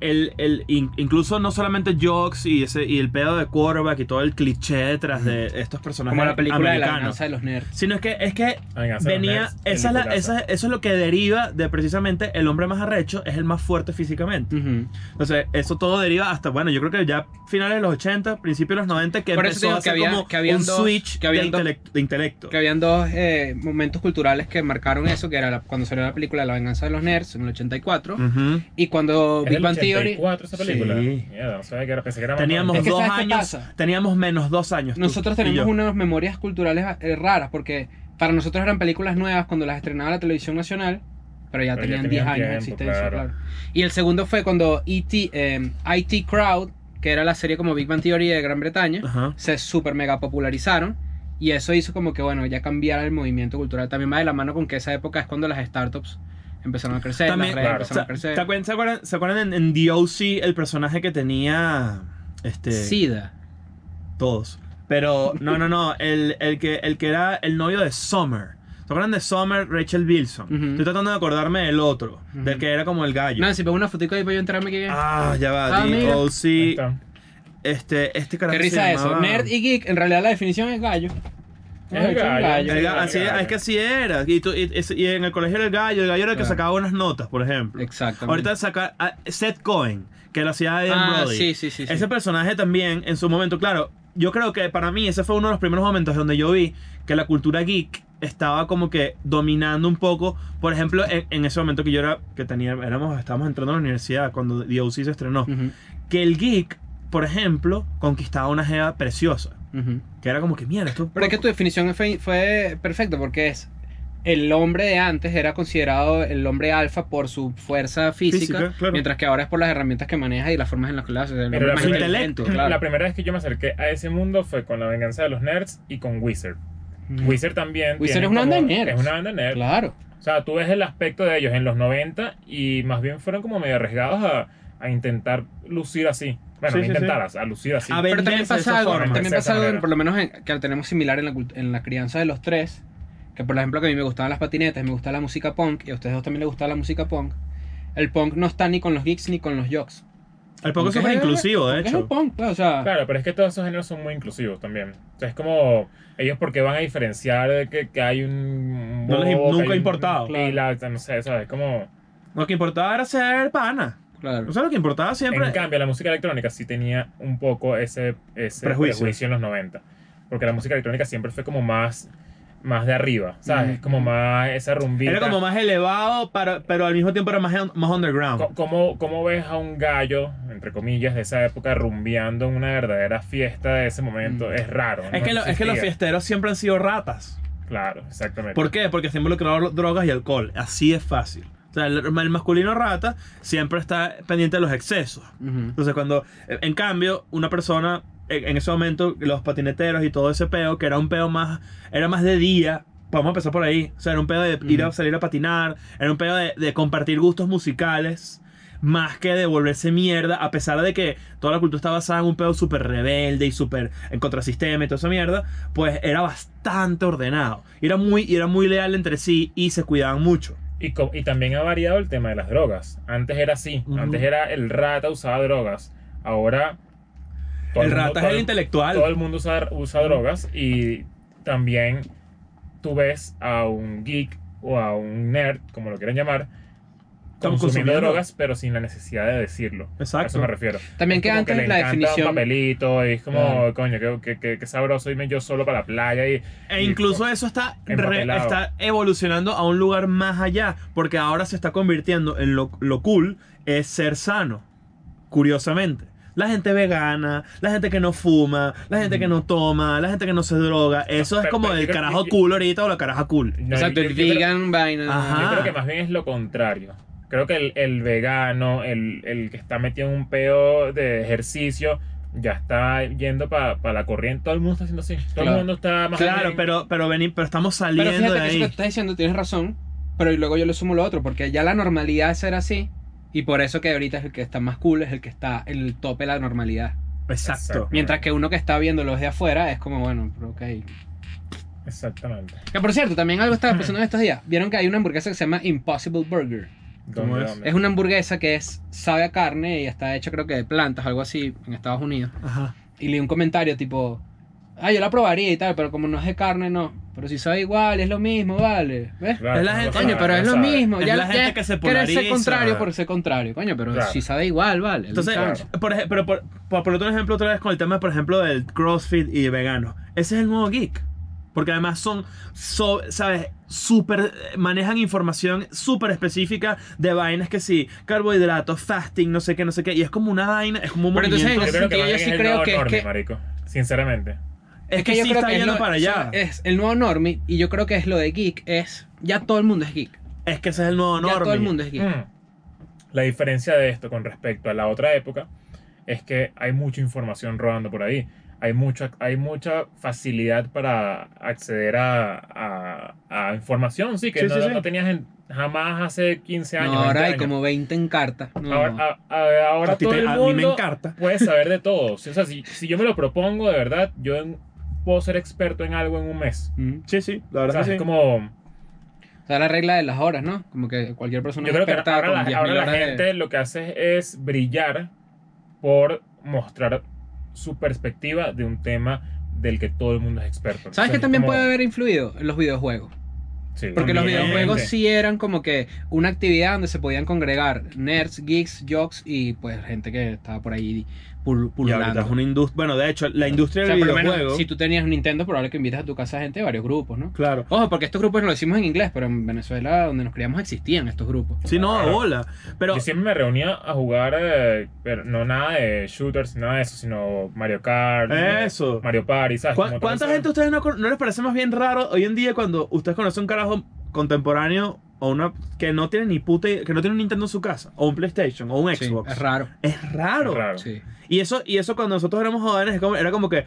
[SPEAKER 3] el, el- in- incluso no solamente jokes y ese y el pedo de quarterback y todo el cliché detrás de estos personajes
[SPEAKER 4] Como la película de la
[SPEAKER 3] americanos.
[SPEAKER 4] danza de los nerds.
[SPEAKER 3] sino es que es que
[SPEAKER 2] La venganza de los
[SPEAKER 3] venía
[SPEAKER 2] nerds,
[SPEAKER 3] esa es la-
[SPEAKER 2] peliculaza.
[SPEAKER 3] esa- eso es lo que deriva de precisamente el hombre más arrecho es el más fuerte físicamente
[SPEAKER 4] Ujú.
[SPEAKER 3] entonces eso todo deriva hasta bueno yo creo que ya finales de los 80 principios de los 90 que
[SPEAKER 4] Por eso
[SPEAKER 3] empezó
[SPEAKER 4] digo
[SPEAKER 3] a
[SPEAKER 4] que
[SPEAKER 3] ser
[SPEAKER 4] había-
[SPEAKER 3] como
[SPEAKER 4] que habían
[SPEAKER 3] un
[SPEAKER 4] dos-
[SPEAKER 3] switch
[SPEAKER 4] que
[SPEAKER 3] de,
[SPEAKER 4] habían dos-
[SPEAKER 3] intelec- de intelecto
[SPEAKER 4] Que habían dos eh, momentos culturales que marcaron eso, que era la- cuando salió la película La venganza de los nerds en el 84
[SPEAKER 3] Ujú.
[SPEAKER 4] y cuando
[SPEAKER 2] Mm. ¿Es
[SPEAKER 4] Big
[SPEAKER 2] del
[SPEAKER 4] Bang Theory
[SPEAKER 2] 84 esa película?
[SPEAKER 3] Sí.
[SPEAKER 2] Mierda, no sabía que era, pensé que era más
[SPEAKER 3] teníamos
[SPEAKER 4] Es que
[SPEAKER 3] dos
[SPEAKER 4] ¿sabes qué
[SPEAKER 3] años
[SPEAKER 4] pasa?
[SPEAKER 3] teníamos menos dos años tú
[SPEAKER 4] Nosotros
[SPEAKER 3] y
[SPEAKER 4] tenemos
[SPEAKER 3] yo.
[SPEAKER 4] unas memorias culturales eh, raras porque para nosotros eran películas nuevas cuando las estrenaba la televisión nacional, pero ya
[SPEAKER 2] Pero ya
[SPEAKER 4] tenían 10
[SPEAKER 2] tenían
[SPEAKER 4] años de
[SPEAKER 2] tiempo,
[SPEAKER 4] existencia.
[SPEAKER 2] claro.
[SPEAKER 4] claro. Y el segundo fue cuando E.T. eh, IT Crowd, que era la serie como Big Bang Theory de Gran Bretaña,
[SPEAKER 3] Ajá.
[SPEAKER 4] se super mega popularizaron. Y eso hizo como que, bueno, ya cambiara el movimiento cultural. También va de la mano con que esa época es cuando las startups empezaron a crecer,
[SPEAKER 3] También-
[SPEAKER 4] las redes
[SPEAKER 2] claro.
[SPEAKER 3] ¿Se,
[SPEAKER 4] empezaron a crecer.
[SPEAKER 3] se acuerdan, se acuerdan- se acuerdan en, en The O.C. el personaje que tenía este
[SPEAKER 4] Sida.
[SPEAKER 3] todos? Pero no, no, no, el, el que, el que era el novio de Summer. ¿Se acuerdan de Summer Rachel Wilson?
[SPEAKER 4] Ujú.
[SPEAKER 3] Estoy tratando de acordarme del otro,
[SPEAKER 4] Ujú.
[SPEAKER 3] del que era como el gallo.
[SPEAKER 4] No, si pongo pues una fotico ahí para yo enterarme que...
[SPEAKER 3] Ah, ya va,
[SPEAKER 4] Ah,
[SPEAKER 3] The
[SPEAKER 4] mira.
[SPEAKER 2] Ahí
[SPEAKER 3] O.C.
[SPEAKER 2] está.
[SPEAKER 3] Este, este carajo
[SPEAKER 4] Qué
[SPEAKER 3] se
[SPEAKER 4] risa eso.
[SPEAKER 3] llamaba-
[SPEAKER 4] Nerd y geek, en realidad la definición es gallo.
[SPEAKER 2] Es
[SPEAKER 4] Ah,
[SPEAKER 2] el gallo.
[SPEAKER 3] El ga- así,
[SPEAKER 2] El gallo.
[SPEAKER 3] es que así era. Y, tú- y- y en el colegio era el gallo. El gallo era el que
[SPEAKER 4] Claro.
[SPEAKER 3] sacaba unas notas, por ejemplo.
[SPEAKER 4] Exactamente.
[SPEAKER 3] Ahorita sacar a Seth Cohen, que lo hacía Adam
[SPEAKER 4] ah,
[SPEAKER 3] Brody.
[SPEAKER 4] sí, sí, sí. sí.
[SPEAKER 3] Ese personaje también, en su momento, claro, yo creo que para mí ese fue uno de los primeros momentos donde yo vi que la cultura geek estaba como que dominando un poco. Por ejemplo, en, en ese momento que yo era, que tenía, éramos, estábamos entrando a la universidad cuando The O.C. se estrenó,
[SPEAKER 4] Ujú,
[SPEAKER 3] que el geek, por ejemplo, conquistaba una jeva preciosa.
[SPEAKER 4] ujú.
[SPEAKER 3] Que era como que mierda, esto.
[SPEAKER 4] Pero es que tu definición fue, fue perfecta porque es. El hombre de antes era considerado el hombre alfa por su fuerza física,
[SPEAKER 3] Física, claro.
[SPEAKER 4] mientras que ahora es por las herramientas que maneja y las formas en las que lo hace. El
[SPEAKER 2] Pero
[SPEAKER 4] hombre
[SPEAKER 2] la
[SPEAKER 4] más
[SPEAKER 2] primera-
[SPEAKER 4] inteligente,
[SPEAKER 2] La
[SPEAKER 4] claro.
[SPEAKER 2] primera vez que yo me acerqué a ese mundo fue con La Venganza de los Nerds y con Wizard. Wizard también.
[SPEAKER 4] Mm. Wizard
[SPEAKER 2] tiene
[SPEAKER 4] es una
[SPEAKER 2] como-
[SPEAKER 4] banda de nerds.
[SPEAKER 2] Es una banda de nerds.
[SPEAKER 4] Claro.
[SPEAKER 2] O sea, tú ves el aspecto de ellos en los 90 y más bien fueron como medio arriesgados a, a intentar lucir así. Bueno,
[SPEAKER 3] Sí,
[SPEAKER 2] no
[SPEAKER 3] sí,
[SPEAKER 2] intentar, a lucir así.
[SPEAKER 3] A ver,
[SPEAKER 4] Pero también
[SPEAKER 3] venderse de esa
[SPEAKER 4] pasa algo,
[SPEAKER 3] forma.
[SPEAKER 4] también
[SPEAKER 2] De esa
[SPEAKER 4] pasa algo,
[SPEAKER 2] manera.
[SPEAKER 4] por lo menos en- que tenemos similar en la, cult- en la crianza de los tres, que por ejemplo que a mí me gustaban las patinetas, me gustaba la música punk, y a ustedes dos también les gustaba la música punk. El punk no está ni con los geeks ni con los jocks.
[SPEAKER 3] El poco es
[SPEAKER 4] Porque
[SPEAKER 3] súper inclusivo, de
[SPEAKER 4] porque Es
[SPEAKER 3] hecho.
[SPEAKER 4] un punk, pues, o sea,
[SPEAKER 2] Claro, pero es que todos esos géneros son muy inclusivos también. O sea, es como ellos porque van a diferenciar de que, que hay un...
[SPEAKER 3] No les-
[SPEAKER 2] bobo, que
[SPEAKER 3] nunca
[SPEAKER 2] hay un-
[SPEAKER 3] importado.
[SPEAKER 2] Y la, no sé, ¿sabes? Como...
[SPEAKER 3] Lo que importaba era ser pana.
[SPEAKER 4] claro.
[SPEAKER 3] O sea, lo que importaba siempre.
[SPEAKER 2] En cambio, la música electrónica sí tenía un poco ese, ese
[SPEAKER 3] Prejuicio.
[SPEAKER 2] prejuicio. en los 90. Porque la música electrónica siempre fue como más, más de arriba, ¿sabes?
[SPEAKER 4] Mm.
[SPEAKER 2] Como más esa rumbita.
[SPEAKER 3] Era como más elevado, para, pero al mismo tiempo era más, más underground.
[SPEAKER 2] Co- ¿Cómo, ¿Cómo ves a un gallo, entre comillas, de esa época rumbeando en una verdadera fiesta de ese momento?
[SPEAKER 4] Mm.
[SPEAKER 2] Es raro.
[SPEAKER 3] Es
[SPEAKER 2] no
[SPEAKER 3] que, lo- es que los
[SPEAKER 2] existía.
[SPEAKER 3] fiesteros siempre han sido ratas.
[SPEAKER 2] Claro, exactamente.
[SPEAKER 3] ¿Por qué? Porque se involucraron drogas y alcohol. Así es fácil. O sea, el, el masculino rata siempre está pendiente de los excesos.
[SPEAKER 4] Ujú.
[SPEAKER 3] Entonces, cuando. eh, En cambio, una persona. eh, En, en ese momento, los patineteros y todo ese peo, que era un peo más. Era más de día. Vamos a empezar por ahí. O sea, era un peo de ir a
[SPEAKER 4] Ujú.
[SPEAKER 3] salir a patinar. Era un peo de, de compartir gustos musicales. Más que de volverse mierda, a pesar de que toda la cultura está basada en un peo súper rebelde y súper en contrasistema y toda esa mierda, pues era bastante ordenado. Y era muy, y era muy leal entre sí y se cuidaban mucho.
[SPEAKER 2] Y, co- y también ha variado el tema de las drogas. Antes era así.
[SPEAKER 3] Ujú.
[SPEAKER 2] Antes era el rata usaba drogas. Ahora. todo
[SPEAKER 3] el
[SPEAKER 2] mundo-
[SPEAKER 3] rata
[SPEAKER 2] todo
[SPEAKER 3] es el intelectual.
[SPEAKER 2] Todo el mundo usa, usa drogas y también tú ves a un geek o a un nerd, como lo quieran llamar,
[SPEAKER 3] Estamos
[SPEAKER 2] consumiendo,
[SPEAKER 3] consumiendo.
[SPEAKER 2] drogas, pero sin la necesidad de decirlo. A eso
[SPEAKER 3] Exacto.
[SPEAKER 2] me refiero.
[SPEAKER 4] También
[SPEAKER 2] Es
[SPEAKER 4] que
[SPEAKER 2] como
[SPEAKER 4] antes
[SPEAKER 2] le
[SPEAKER 4] la
[SPEAKER 2] encanta Un
[SPEAKER 4] definición...
[SPEAKER 2] papelito y es como,
[SPEAKER 4] Claro.
[SPEAKER 2] coño, qué, qué- qué- qué sabroso irme yo solo para la playa y.
[SPEAKER 3] E
[SPEAKER 2] y-
[SPEAKER 3] incluso eso está, re-
[SPEAKER 2] Empapelado.
[SPEAKER 3] está evolucionando a un lugar más allá, porque ahora se está convirtiendo en lo, lo cool es ser sano, curiosamente. La gente vegana, la gente que no fuma, la gente que no toma, la gente que no se droga, eso es
[SPEAKER 2] Pero-
[SPEAKER 3] como
[SPEAKER 2] pero
[SPEAKER 3] del
[SPEAKER 2] yo creo-
[SPEAKER 3] carajo
[SPEAKER 2] yo-
[SPEAKER 3] cool ahorita o la caraja cool.
[SPEAKER 2] No,
[SPEAKER 4] Exacto,
[SPEAKER 2] yo-
[SPEAKER 4] el
[SPEAKER 2] yo creo-
[SPEAKER 4] vegan, vaina.
[SPEAKER 3] Ajá.
[SPEAKER 2] Yo creo que más bien es lo contrario. Creo que el, el vegano, el, el que está metido en un peo de ejercicio, ya está yendo para la corriente. Todo el mundo está haciendo así. Todo
[SPEAKER 4] Claro.
[SPEAKER 2] el mundo está más
[SPEAKER 3] Claro,
[SPEAKER 2] bien-
[SPEAKER 3] pero, pero, vení- pero estamos
[SPEAKER 4] Pero
[SPEAKER 3] saliendo
[SPEAKER 4] fíjate
[SPEAKER 3] de
[SPEAKER 4] que eso que
[SPEAKER 3] ahí.
[SPEAKER 4] estás diciendo tienes razón, pero y luego yo le sumo lo otro, porque ya la normalidad es ser así, y por eso que ahorita es el que está más cool, es el que está en el tope de la normalidad.
[SPEAKER 3] Exacto.
[SPEAKER 4] Mientras que uno que está viéndolo desde afuera es como, bueno, pero ok. Que
[SPEAKER 2] Exactamente.
[SPEAKER 4] por cierto, también algo estaba pensando en estos días. Vieron que hay una hamburguesa que se llama Impossible Burger.
[SPEAKER 3] ¿Cómo
[SPEAKER 2] ¿Dónde,
[SPEAKER 3] es?
[SPEAKER 2] dónde?
[SPEAKER 4] Es una hamburguesa que es, sabe a carne y está hecha creo que de plantas, algo así, en Estados Unidos.
[SPEAKER 3] Ajá.
[SPEAKER 4] Y leí un comentario tipo, ah, yo la probaría y tal, pero como no es de carne, no. Pero si sabe igual, es lo mismo, vale. ¿Ves?
[SPEAKER 2] Claro,
[SPEAKER 3] Es la
[SPEAKER 2] no
[SPEAKER 3] gente-
[SPEAKER 2] sabe,
[SPEAKER 4] Coño, pero
[SPEAKER 2] no
[SPEAKER 4] es lo
[SPEAKER 2] sabe.
[SPEAKER 4] mismo.
[SPEAKER 3] Es
[SPEAKER 4] ya
[SPEAKER 3] la
[SPEAKER 4] ya
[SPEAKER 3] gente que se
[SPEAKER 4] quieres ser
[SPEAKER 3] polariza.
[SPEAKER 4] contrario por ser contrario, coño, pero
[SPEAKER 2] Claro.
[SPEAKER 4] si sabe igual, vale.
[SPEAKER 3] Entonces,
[SPEAKER 4] Entonces,
[SPEAKER 3] por ej- pero por, por poner otro ejemplo otra vez con el tema, por ejemplo, del CrossFit y vegano. Ese es el nuevo geek. Porque además son, so- ¿sabes? Super, manejan información súper específica de vainas que sí, carbohidratos, fasting, no sé qué, no sé qué. Y es como una vaina, es como un
[SPEAKER 4] Pero entonces,
[SPEAKER 3] movimiento.
[SPEAKER 2] Yo creo que
[SPEAKER 4] Yo
[SPEAKER 2] más bien
[SPEAKER 4] sí
[SPEAKER 2] es el
[SPEAKER 4] creo
[SPEAKER 2] nuevo
[SPEAKER 4] que es
[SPEAKER 2] norte,
[SPEAKER 4] que-
[SPEAKER 2] marico. Sinceramente.
[SPEAKER 3] es que, sí está
[SPEAKER 4] es
[SPEAKER 3] yendo
[SPEAKER 4] lo-
[SPEAKER 3] para allá. Es,
[SPEAKER 4] Es eh, el nuevo normie y yo creo que es lo de geek, es ya todo el mundo es geek.
[SPEAKER 3] que ese es el nuevo
[SPEAKER 4] Ya
[SPEAKER 3] norme.
[SPEAKER 4] todo el mundo es geek.
[SPEAKER 2] Mm. La diferencia de esto con respecto a la otra época es que hay mucha información rodando por ahí. Hay mucha, hay mucha facilidad para acceder a, a- a información, sí, que
[SPEAKER 3] Sí,
[SPEAKER 2] no,
[SPEAKER 3] sí, sí.
[SPEAKER 2] no tenías en- jamás hace 15 años.
[SPEAKER 4] No, ahora
[SPEAKER 2] 20
[SPEAKER 4] hay
[SPEAKER 2] años.
[SPEAKER 4] como 20 en carta. No.
[SPEAKER 2] este Ahora, a- a- ahora
[SPEAKER 3] A ti
[SPEAKER 2] todo
[SPEAKER 3] te-
[SPEAKER 2] el
[SPEAKER 3] a
[SPEAKER 2] mundo
[SPEAKER 3] mí me encanta.
[SPEAKER 2] puede saber de todo. O sea, si, si yo me lo propongo, de verdad, yo en- puedo ser experto en algo en un mes.
[SPEAKER 4] Mm.
[SPEAKER 3] Sí, sí, la
[SPEAKER 2] O sea,
[SPEAKER 3] verdad es que sí.
[SPEAKER 2] es como...
[SPEAKER 4] O sea, la regla de las horas, ¿no? Como que cualquier persona
[SPEAKER 2] Yo creo que
[SPEAKER 4] experta
[SPEAKER 2] ahora,
[SPEAKER 4] con
[SPEAKER 2] la,
[SPEAKER 4] 10.000
[SPEAKER 2] ahora la
[SPEAKER 4] horas de-
[SPEAKER 2] gente lo que hace es brillar por mostrar su perspectiva de un tema del que todo el mundo es experto.
[SPEAKER 4] ¿Sabes
[SPEAKER 2] Entonces,
[SPEAKER 4] que también
[SPEAKER 2] como-
[SPEAKER 4] puede haber influido en los videojuegos?
[SPEAKER 2] Sí,
[SPEAKER 4] Porque los
[SPEAKER 3] También.
[SPEAKER 4] videojuegos sí eran como que una actividad donde se podían congregar nerds, geeks, jocks y pues gente que estaba por ahí pul-
[SPEAKER 3] Y ahorita
[SPEAKER 4] pululando.
[SPEAKER 3] es una industria. Bueno, de hecho, la industria
[SPEAKER 4] O sea,
[SPEAKER 3] del
[SPEAKER 4] por lo menos,
[SPEAKER 3] videojuego.
[SPEAKER 4] si tú tenías un Nintendo, probable que invitas a tu casa gente de varios grupos, ¿no?
[SPEAKER 3] Claro.
[SPEAKER 4] Ojo, porque estos grupos lo decimos en inglés, pero en Venezuela, donde nos criamos, existían estos grupos.
[SPEAKER 3] Sí, no,
[SPEAKER 2] Claro.
[SPEAKER 3] hola. Pero
[SPEAKER 2] Yo siempre me reunía a jugar, eh, pero no nada de shooters, nada de eso, sino Mario Kart,
[SPEAKER 3] Eso.
[SPEAKER 2] Mario Party, ¿sabes?
[SPEAKER 3] ¿Cuá-
[SPEAKER 2] Como todas
[SPEAKER 3] ¿Cuánta
[SPEAKER 2] esas-
[SPEAKER 3] gente a ustedes no, cono- no les parece más bien raro hoy en día cuando ustedes conocen un carajo contemporáneo o una que no tiene ni puta i- que no tiene un Nintendo en su casa o un PlayStation o un
[SPEAKER 4] Sí,
[SPEAKER 3] Xbox?
[SPEAKER 4] es raro.
[SPEAKER 3] Es raro.
[SPEAKER 2] Es raro.
[SPEAKER 4] Sí.
[SPEAKER 3] Y eso y eso cuando nosotros éramos jóvenes es como- era como que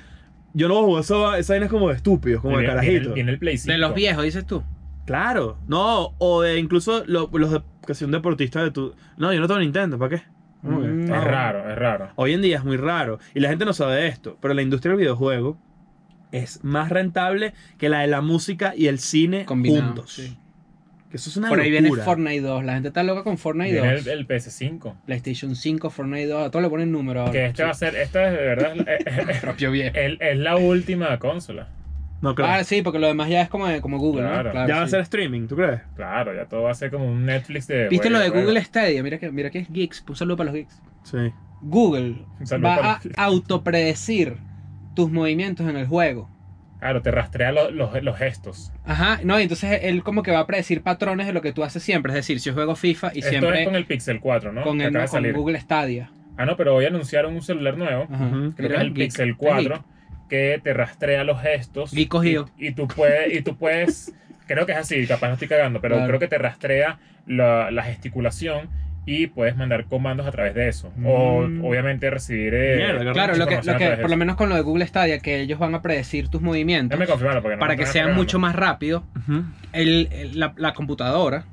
[SPEAKER 3] yo no juego esa esa vaina es como de estúpidos, como de
[SPEAKER 2] Tiene- tiene-
[SPEAKER 3] carajito.
[SPEAKER 2] tiene el Play
[SPEAKER 4] De
[SPEAKER 2] 5.
[SPEAKER 4] los viejos, dices tú.
[SPEAKER 3] Claro. No, o de incluso lo- los de- que son deportistas de tu No, yo no tengo Nintendo, ¿para qué? Como que,
[SPEAKER 4] Mm.
[SPEAKER 2] Es
[SPEAKER 3] no.
[SPEAKER 2] raro, es raro.
[SPEAKER 3] Hoy en día es muy raro y la gente no sabe esto, pero la industria del videojuego es más rentable que la de la música y el cine
[SPEAKER 4] Combinado.
[SPEAKER 3] juntos.
[SPEAKER 4] sí.
[SPEAKER 3] Que eso es una
[SPEAKER 4] Por ahí viene
[SPEAKER 3] locura.
[SPEAKER 4] Fortnite 2. La gente está loca con Fortnite 2.
[SPEAKER 2] Tiene el, el PS5.
[SPEAKER 4] PlayStation 5, Fortnite 2. A todos le ponen número ahora.
[SPEAKER 2] Que este va a ser, esta es de verdad,
[SPEAKER 4] El propio viejo.
[SPEAKER 2] es- es la última consola.
[SPEAKER 3] No creo.
[SPEAKER 4] Ah, sí, porque lo demás ya es como, como Google,
[SPEAKER 2] Claro.
[SPEAKER 4] ¿no? Claro,
[SPEAKER 3] ya va a
[SPEAKER 4] sí.
[SPEAKER 3] ser streaming, ¿tú crees?
[SPEAKER 2] Claro, ya todo va a ser como un Netflix de.
[SPEAKER 4] ¿Viste lo de
[SPEAKER 2] bueno,
[SPEAKER 4] Google Stadia? Mira que, mira que es geeks. Un saludo para los geeks.
[SPEAKER 3] Sí.
[SPEAKER 4] Google
[SPEAKER 2] Un saludo para
[SPEAKER 4] va a
[SPEAKER 2] los geeks.
[SPEAKER 4] autopredecir tus movimientos en el juego.
[SPEAKER 2] bueno. Claro, te rastrea lo- los, los gestos.
[SPEAKER 4] Ajá, no, y entonces él como que va a predecir patrones de lo que tú haces siempre. Es decir, si yo juego FIFA y
[SPEAKER 2] Esto
[SPEAKER 4] siempre
[SPEAKER 2] es con el Pixel 4, ¿no?
[SPEAKER 4] con,
[SPEAKER 2] Que
[SPEAKER 4] el,
[SPEAKER 2] acaba de
[SPEAKER 4] con
[SPEAKER 2] salir.
[SPEAKER 4] Google Stadia.
[SPEAKER 2] Ah, no, pero hoy anunciaron un celular nuevo.
[SPEAKER 4] Ajá.
[SPEAKER 3] Ujú.
[SPEAKER 2] Creo
[SPEAKER 4] Mira,
[SPEAKER 2] que es el
[SPEAKER 4] geek,
[SPEAKER 2] Pixel
[SPEAKER 4] geek.
[SPEAKER 2] 4. Que te rastrea los gestos.
[SPEAKER 4] Geek cogido.
[SPEAKER 2] Y, y tú puedes. Y tú puedes creo que es así, capaz no estoy cagando, pero
[SPEAKER 4] Claro.
[SPEAKER 2] creo que te rastrea la, la gesticulación. Y puedes mandar comandos a través de eso. O
[SPEAKER 3] Mm.
[SPEAKER 2] obviamente recibir. eh,
[SPEAKER 3] Mierda, qué
[SPEAKER 4] Claro, lo que,
[SPEAKER 2] información
[SPEAKER 4] lo
[SPEAKER 2] a
[SPEAKER 4] que
[SPEAKER 2] través de
[SPEAKER 4] por lo
[SPEAKER 2] eso.
[SPEAKER 4] menos con lo de Google Stadia, que ellos van a predecir tus movimientos
[SPEAKER 2] Déjame confirmarlo porque no
[SPEAKER 4] para
[SPEAKER 2] me
[SPEAKER 4] que
[SPEAKER 2] estoy
[SPEAKER 4] sean
[SPEAKER 2] cagando.
[SPEAKER 4] mucho más rápido,
[SPEAKER 3] Ujú.
[SPEAKER 4] el- el- la, la computadora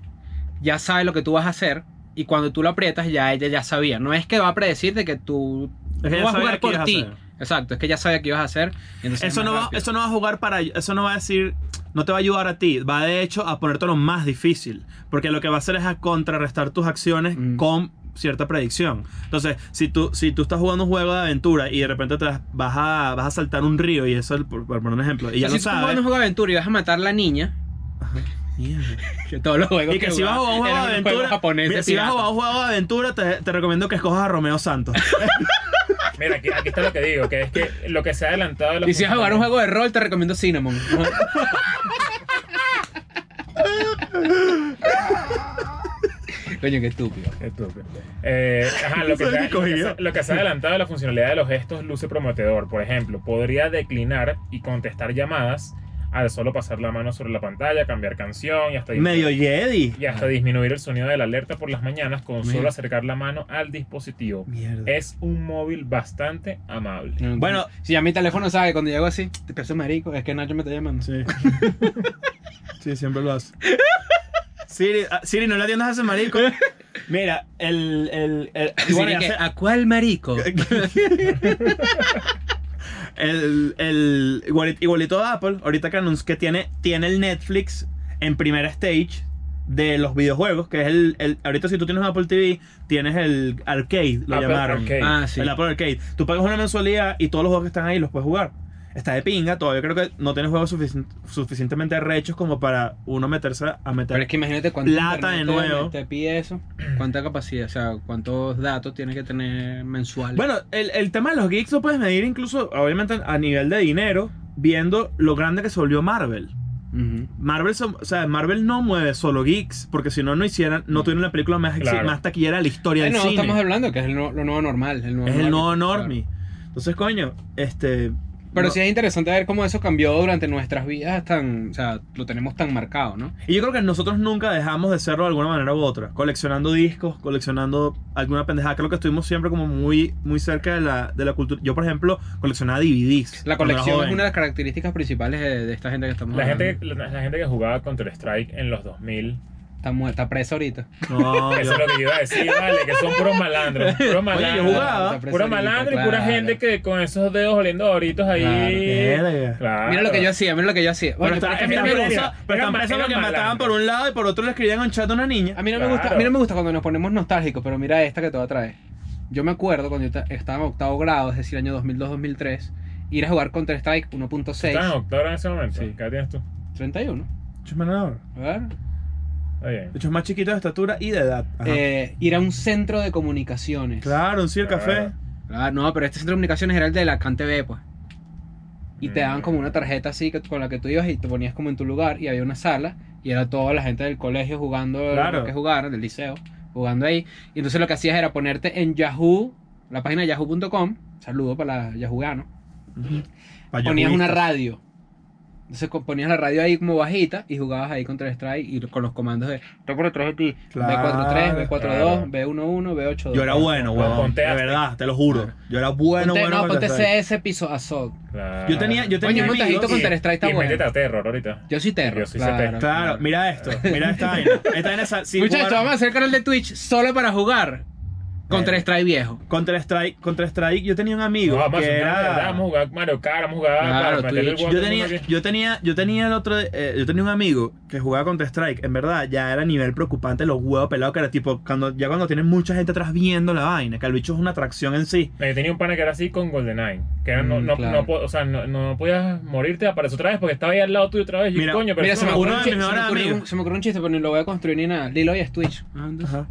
[SPEAKER 4] ya sabe lo que tú vas a hacer y cuando tú lo aprietas ya ella ya sabía. No es que va a predecir de que tú
[SPEAKER 3] Es que
[SPEAKER 4] no
[SPEAKER 3] ya
[SPEAKER 4] va a
[SPEAKER 3] sabía
[SPEAKER 4] jugar
[SPEAKER 3] qué ibas
[SPEAKER 4] por
[SPEAKER 3] a
[SPEAKER 4] ti.
[SPEAKER 3] hacer.
[SPEAKER 4] Exacto, es que ya sabía que ibas a hacer. y entonces
[SPEAKER 3] Eso
[SPEAKER 4] es
[SPEAKER 3] no,
[SPEAKER 4] más
[SPEAKER 3] va,
[SPEAKER 4] rápido.
[SPEAKER 3] eso no va a jugar para. Eso no va a decir. No te va a ayudar a ti. Va de hecho a ponértelo más difícil. Porque lo que va a hacer es a contrarrestar tus acciones
[SPEAKER 4] Mm.
[SPEAKER 3] con cierta predicción. Entonces, si tú, si tú estás jugando un juego de aventura y de repente te vas vas a, vas a saltar un río, y eso, por, por poner un ejemplo, y ya
[SPEAKER 4] si
[SPEAKER 3] lo
[SPEAKER 4] tú jugando
[SPEAKER 3] sabes.
[SPEAKER 4] un juego de aventura y vas a matar a la niña,
[SPEAKER 3] Mierda.
[SPEAKER 4] que todos los juegos
[SPEAKER 3] Y que si vas a jugar un juego de aventura. mira, si vas a jugar un juego de aventura, te, te recomiendo que escojas a Romeo Santos.
[SPEAKER 2] Mira, aquí, aquí está lo que digo, que es que lo que se ha adelantado de los
[SPEAKER 4] Y si vas a jugar un
[SPEAKER 2] funcionarios-
[SPEAKER 4] juego de rol, te recomiendo Cinnamon. Coño, qué estúpido.
[SPEAKER 2] Estúpido. Eh, ajá, lo, que
[SPEAKER 3] ¿Sabes
[SPEAKER 2] se,
[SPEAKER 3] qué
[SPEAKER 2] lo, que
[SPEAKER 3] cogía?
[SPEAKER 2] se, lo que se ha adelantado de la funcionalidad de los gestos luce prometedor. Por ejemplo, podría declinar y contestar llamadas al solo pasar la mano sobre la pantalla, cambiar canción y hasta,
[SPEAKER 3] Medio Jedi.
[SPEAKER 2] y hasta disminuir el sonido de la alerta por las mañanas con
[SPEAKER 4] Mira.
[SPEAKER 2] solo acercar la mano al dispositivo.
[SPEAKER 3] Mierda.
[SPEAKER 2] Es un móvil bastante amable.
[SPEAKER 3] Bueno.
[SPEAKER 4] si a mi teléfono sabe que cuando llego así, te pienso marico, es que Nacho me está llamando.
[SPEAKER 3] Sí. sí, siempre lo hace. Siri, ah, Siri, no le atiendas a ese marico. Mira, el. el, el-
[SPEAKER 4] Y
[SPEAKER 3] bueno,
[SPEAKER 4] diré
[SPEAKER 3] ya
[SPEAKER 4] que,
[SPEAKER 3] sé-
[SPEAKER 4] ¿A cuál marico?
[SPEAKER 3] el, el igual- igualito de Apple, ahorita que anunció que tiene, tiene el Netflix en primera stage de los videojuegos, que es el, el- Ahorita si tú tienes Apple TV, tienes el arcade, lo
[SPEAKER 2] Apple
[SPEAKER 3] llamaron.
[SPEAKER 2] Arcade.
[SPEAKER 4] Ah, sí.
[SPEAKER 3] El Apple Arcade. Tú pagas una mensualidad y todos los juegos que están ahí los puedes jugar. Está de pinga, todavía creo que no tienes juegos sufici- suficientemente rechos como para uno meterse a meter.
[SPEAKER 4] Pero es que imagínate cuánto
[SPEAKER 3] Plata de
[SPEAKER 4] internet te-
[SPEAKER 3] nuevo.
[SPEAKER 4] te pide eso, cuánta capacidad, o sea, cuántos datos tienes que tener mensuales.
[SPEAKER 3] Bueno, el, el tema de los geeks lo puedes medir incluso, obviamente, a nivel de dinero, viendo lo grande que se volvió Marvel.
[SPEAKER 4] Ujú.
[SPEAKER 3] Marvel, son- o sea, Marvel no mueve solo geeks, porque si no, no hicieran, no tuvieran la película más, exi-
[SPEAKER 2] Claro.
[SPEAKER 3] más taquillera de la historia
[SPEAKER 4] Ay,
[SPEAKER 3] del
[SPEAKER 4] no,
[SPEAKER 3] cine.
[SPEAKER 4] estamos hablando que es el no- lo nuevo normal. El nuevo
[SPEAKER 3] es el
[SPEAKER 4] normal.
[SPEAKER 3] nuevo
[SPEAKER 4] Claro.
[SPEAKER 3] normie. Entonces, coño, este...
[SPEAKER 4] Pero
[SPEAKER 3] no-
[SPEAKER 4] sí es interesante ver cómo eso cambió durante nuestras vidas tan, o sea, lo tenemos tan marcado, ¿no?
[SPEAKER 3] Y yo creo que nosotros nunca dejamos de serlo de alguna manera u otra. Coleccionando discos, coleccionando alguna pendejada. Creo que estuvimos siempre como muy, muy cerca de la, de la cultura. Yo, por ejemplo, coleccionaba DVDs.
[SPEAKER 4] La
[SPEAKER 3] cuando era
[SPEAKER 4] colección es
[SPEAKER 3] joven.
[SPEAKER 4] una de las características principales de, de esta gente que estamos
[SPEAKER 2] La
[SPEAKER 4] hablando.
[SPEAKER 2] gente, que- la, la gente que jugaba Counter-Strike en los 2000.
[SPEAKER 4] Está muerta, presa ahorita.
[SPEAKER 3] No, yo-
[SPEAKER 2] Eso es lo que yo iba a decir, vale, que son puros malandros. Puros
[SPEAKER 3] yo
[SPEAKER 2] malandros.
[SPEAKER 3] jugaba,
[SPEAKER 4] Está presa
[SPEAKER 2] Puro
[SPEAKER 4] ahorita,
[SPEAKER 2] malandro y pura
[SPEAKER 4] claro.
[SPEAKER 2] gente que con esos dedos oliendo doritos ahí.
[SPEAKER 3] Verga.
[SPEAKER 2] Claro.
[SPEAKER 4] Mira lo que yo hacía, mira lo que yo hacía.
[SPEAKER 3] Pero
[SPEAKER 4] Bueno,
[SPEAKER 3] está,
[SPEAKER 2] pero es que
[SPEAKER 3] está
[SPEAKER 2] mira,
[SPEAKER 3] preso-
[SPEAKER 2] mira,
[SPEAKER 3] pero
[SPEAKER 2] era
[SPEAKER 3] están
[SPEAKER 2] ma-
[SPEAKER 3] presos
[SPEAKER 2] era
[SPEAKER 3] porque
[SPEAKER 2] malandro.
[SPEAKER 3] mataban por un lado y por otro le escribían en chat a una niña.
[SPEAKER 4] A mí no me
[SPEAKER 2] Claro.
[SPEAKER 4] gusta, a mí no me gusta cuando nos ponemos nostálgicos, pero mira esta que te va a traer. Yo me acuerdo cuando yo ta- estaba en octavo grado, es decir, año 2002-2003, ir a jugar Counter Strike
[SPEAKER 2] Estás en
[SPEAKER 4] 1.6,
[SPEAKER 2] octavo en ese momento.
[SPEAKER 4] Sí.
[SPEAKER 2] ¿Qué edad tienes tú?
[SPEAKER 4] 31.
[SPEAKER 3] Mucho es menor.
[SPEAKER 4] A ver.
[SPEAKER 2] Está bien.
[SPEAKER 3] De hecho, es más chiquito de estatura y de edad. Ajá.
[SPEAKER 4] Eh, ir a un centro de comunicaciones.
[SPEAKER 3] claro, un sí, el café.
[SPEAKER 2] Claro.
[SPEAKER 4] Ah, no, pero este centro de comunicaciones era el de la CanTV, pues. Y te daban
[SPEAKER 2] Mm.
[SPEAKER 4] como una tarjeta así que, con la que tú ibas y te ponías como en tu lugar y había una sala y era toda la gente del colegio jugando
[SPEAKER 3] Claro.
[SPEAKER 4] lo que jugaron, del liceo, jugando ahí. Y entonces lo que hacías era ponerte en Yahoo, la página de yahoo.com, saludo para yahooganos,
[SPEAKER 3] Ah, Pa'
[SPEAKER 4] ponías una
[SPEAKER 3] yoguistas.
[SPEAKER 4] radio. Entonces co- ponías la radio ahí como bajita y jugabas ahí contra Strike y con los comandos de "Toco por detrás de ti,
[SPEAKER 3] Claro,
[SPEAKER 4] B43,
[SPEAKER 2] claro.
[SPEAKER 4] B42, B11, B82.
[SPEAKER 3] Yo era bueno, huevón.
[SPEAKER 2] Ponte
[SPEAKER 3] De
[SPEAKER 2] a-
[SPEAKER 3] verdad, te lo juro. Yo era bueno,
[SPEAKER 4] Ponte-
[SPEAKER 3] bueno.
[SPEAKER 4] no,
[SPEAKER 3] para
[SPEAKER 4] ponte
[SPEAKER 3] cazar.
[SPEAKER 4] CS piso assault.
[SPEAKER 2] Claro.
[SPEAKER 3] Yo tenía, yo tenía
[SPEAKER 4] Coño, un
[SPEAKER 3] amigos-
[SPEAKER 4] montajito con
[SPEAKER 3] y-
[SPEAKER 4] Counter Strike está
[SPEAKER 2] y
[SPEAKER 4] bueno.
[SPEAKER 2] métete a terror ahorita.
[SPEAKER 4] Yo soy terro.
[SPEAKER 2] Yo sí soy terro.
[SPEAKER 4] claro,
[SPEAKER 3] Claro, mira esto. Mira esta vaina. Esta vaina es así.
[SPEAKER 4] Muchachos, vamos a hacer canal de Twitch solo para jugar contra
[SPEAKER 3] Eh,
[SPEAKER 4] Strike viejo.
[SPEAKER 3] Contra Strike, Contra Strike, yo tenía un amigo
[SPEAKER 2] No, vamos, a
[SPEAKER 3] que
[SPEAKER 2] sentar, ¿verdad?
[SPEAKER 3] era.
[SPEAKER 2] vamos a jugar Mario Kart, vamos a jugar
[SPEAKER 4] Claro,
[SPEAKER 2] para meterle el
[SPEAKER 4] Twitch.
[SPEAKER 2] guante
[SPEAKER 3] Yo
[SPEAKER 2] a
[SPEAKER 3] tenía,
[SPEAKER 2] uno aquí.
[SPEAKER 3] yo tenía, yo tenía el otro, eh, yo tenía un amigo que jugaba contra Strike. En verdad, ya era nivel preocupante los huevos pelados que era tipo, cuando, ya cuando tienen mucha gente atrás viendo la vaina, que el bicho es una atracción en sí.
[SPEAKER 2] No, yo tenía un pana que era así con GoldenEye. Que era, no,
[SPEAKER 4] Mm,
[SPEAKER 2] no,
[SPEAKER 4] claro.
[SPEAKER 2] no po- o sea, no, no podías morirte, apareció otra vez porque estaba ahí al lado tuyo otra vez. Y
[SPEAKER 3] Mira,
[SPEAKER 2] coño, pero
[SPEAKER 4] Mira,
[SPEAKER 2] eso
[SPEAKER 4] se me,
[SPEAKER 2] no-
[SPEAKER 3] ocurre-
[SPEAKER 4] ocurrió
[SPEAKER 3] uno
[SPEAKER 4] un
[SPEAKER 3] de mis mejores
[SPEAKER 4] chiste, se, me ocurrió un-
[SPEAKER 3] amigos.
[SPEAKER 4] se me ocurrió un chiste, pero ni lo voy a construir ni nada. Lilo es Twitch. Ah,
[SPEAKER 3] Ajá.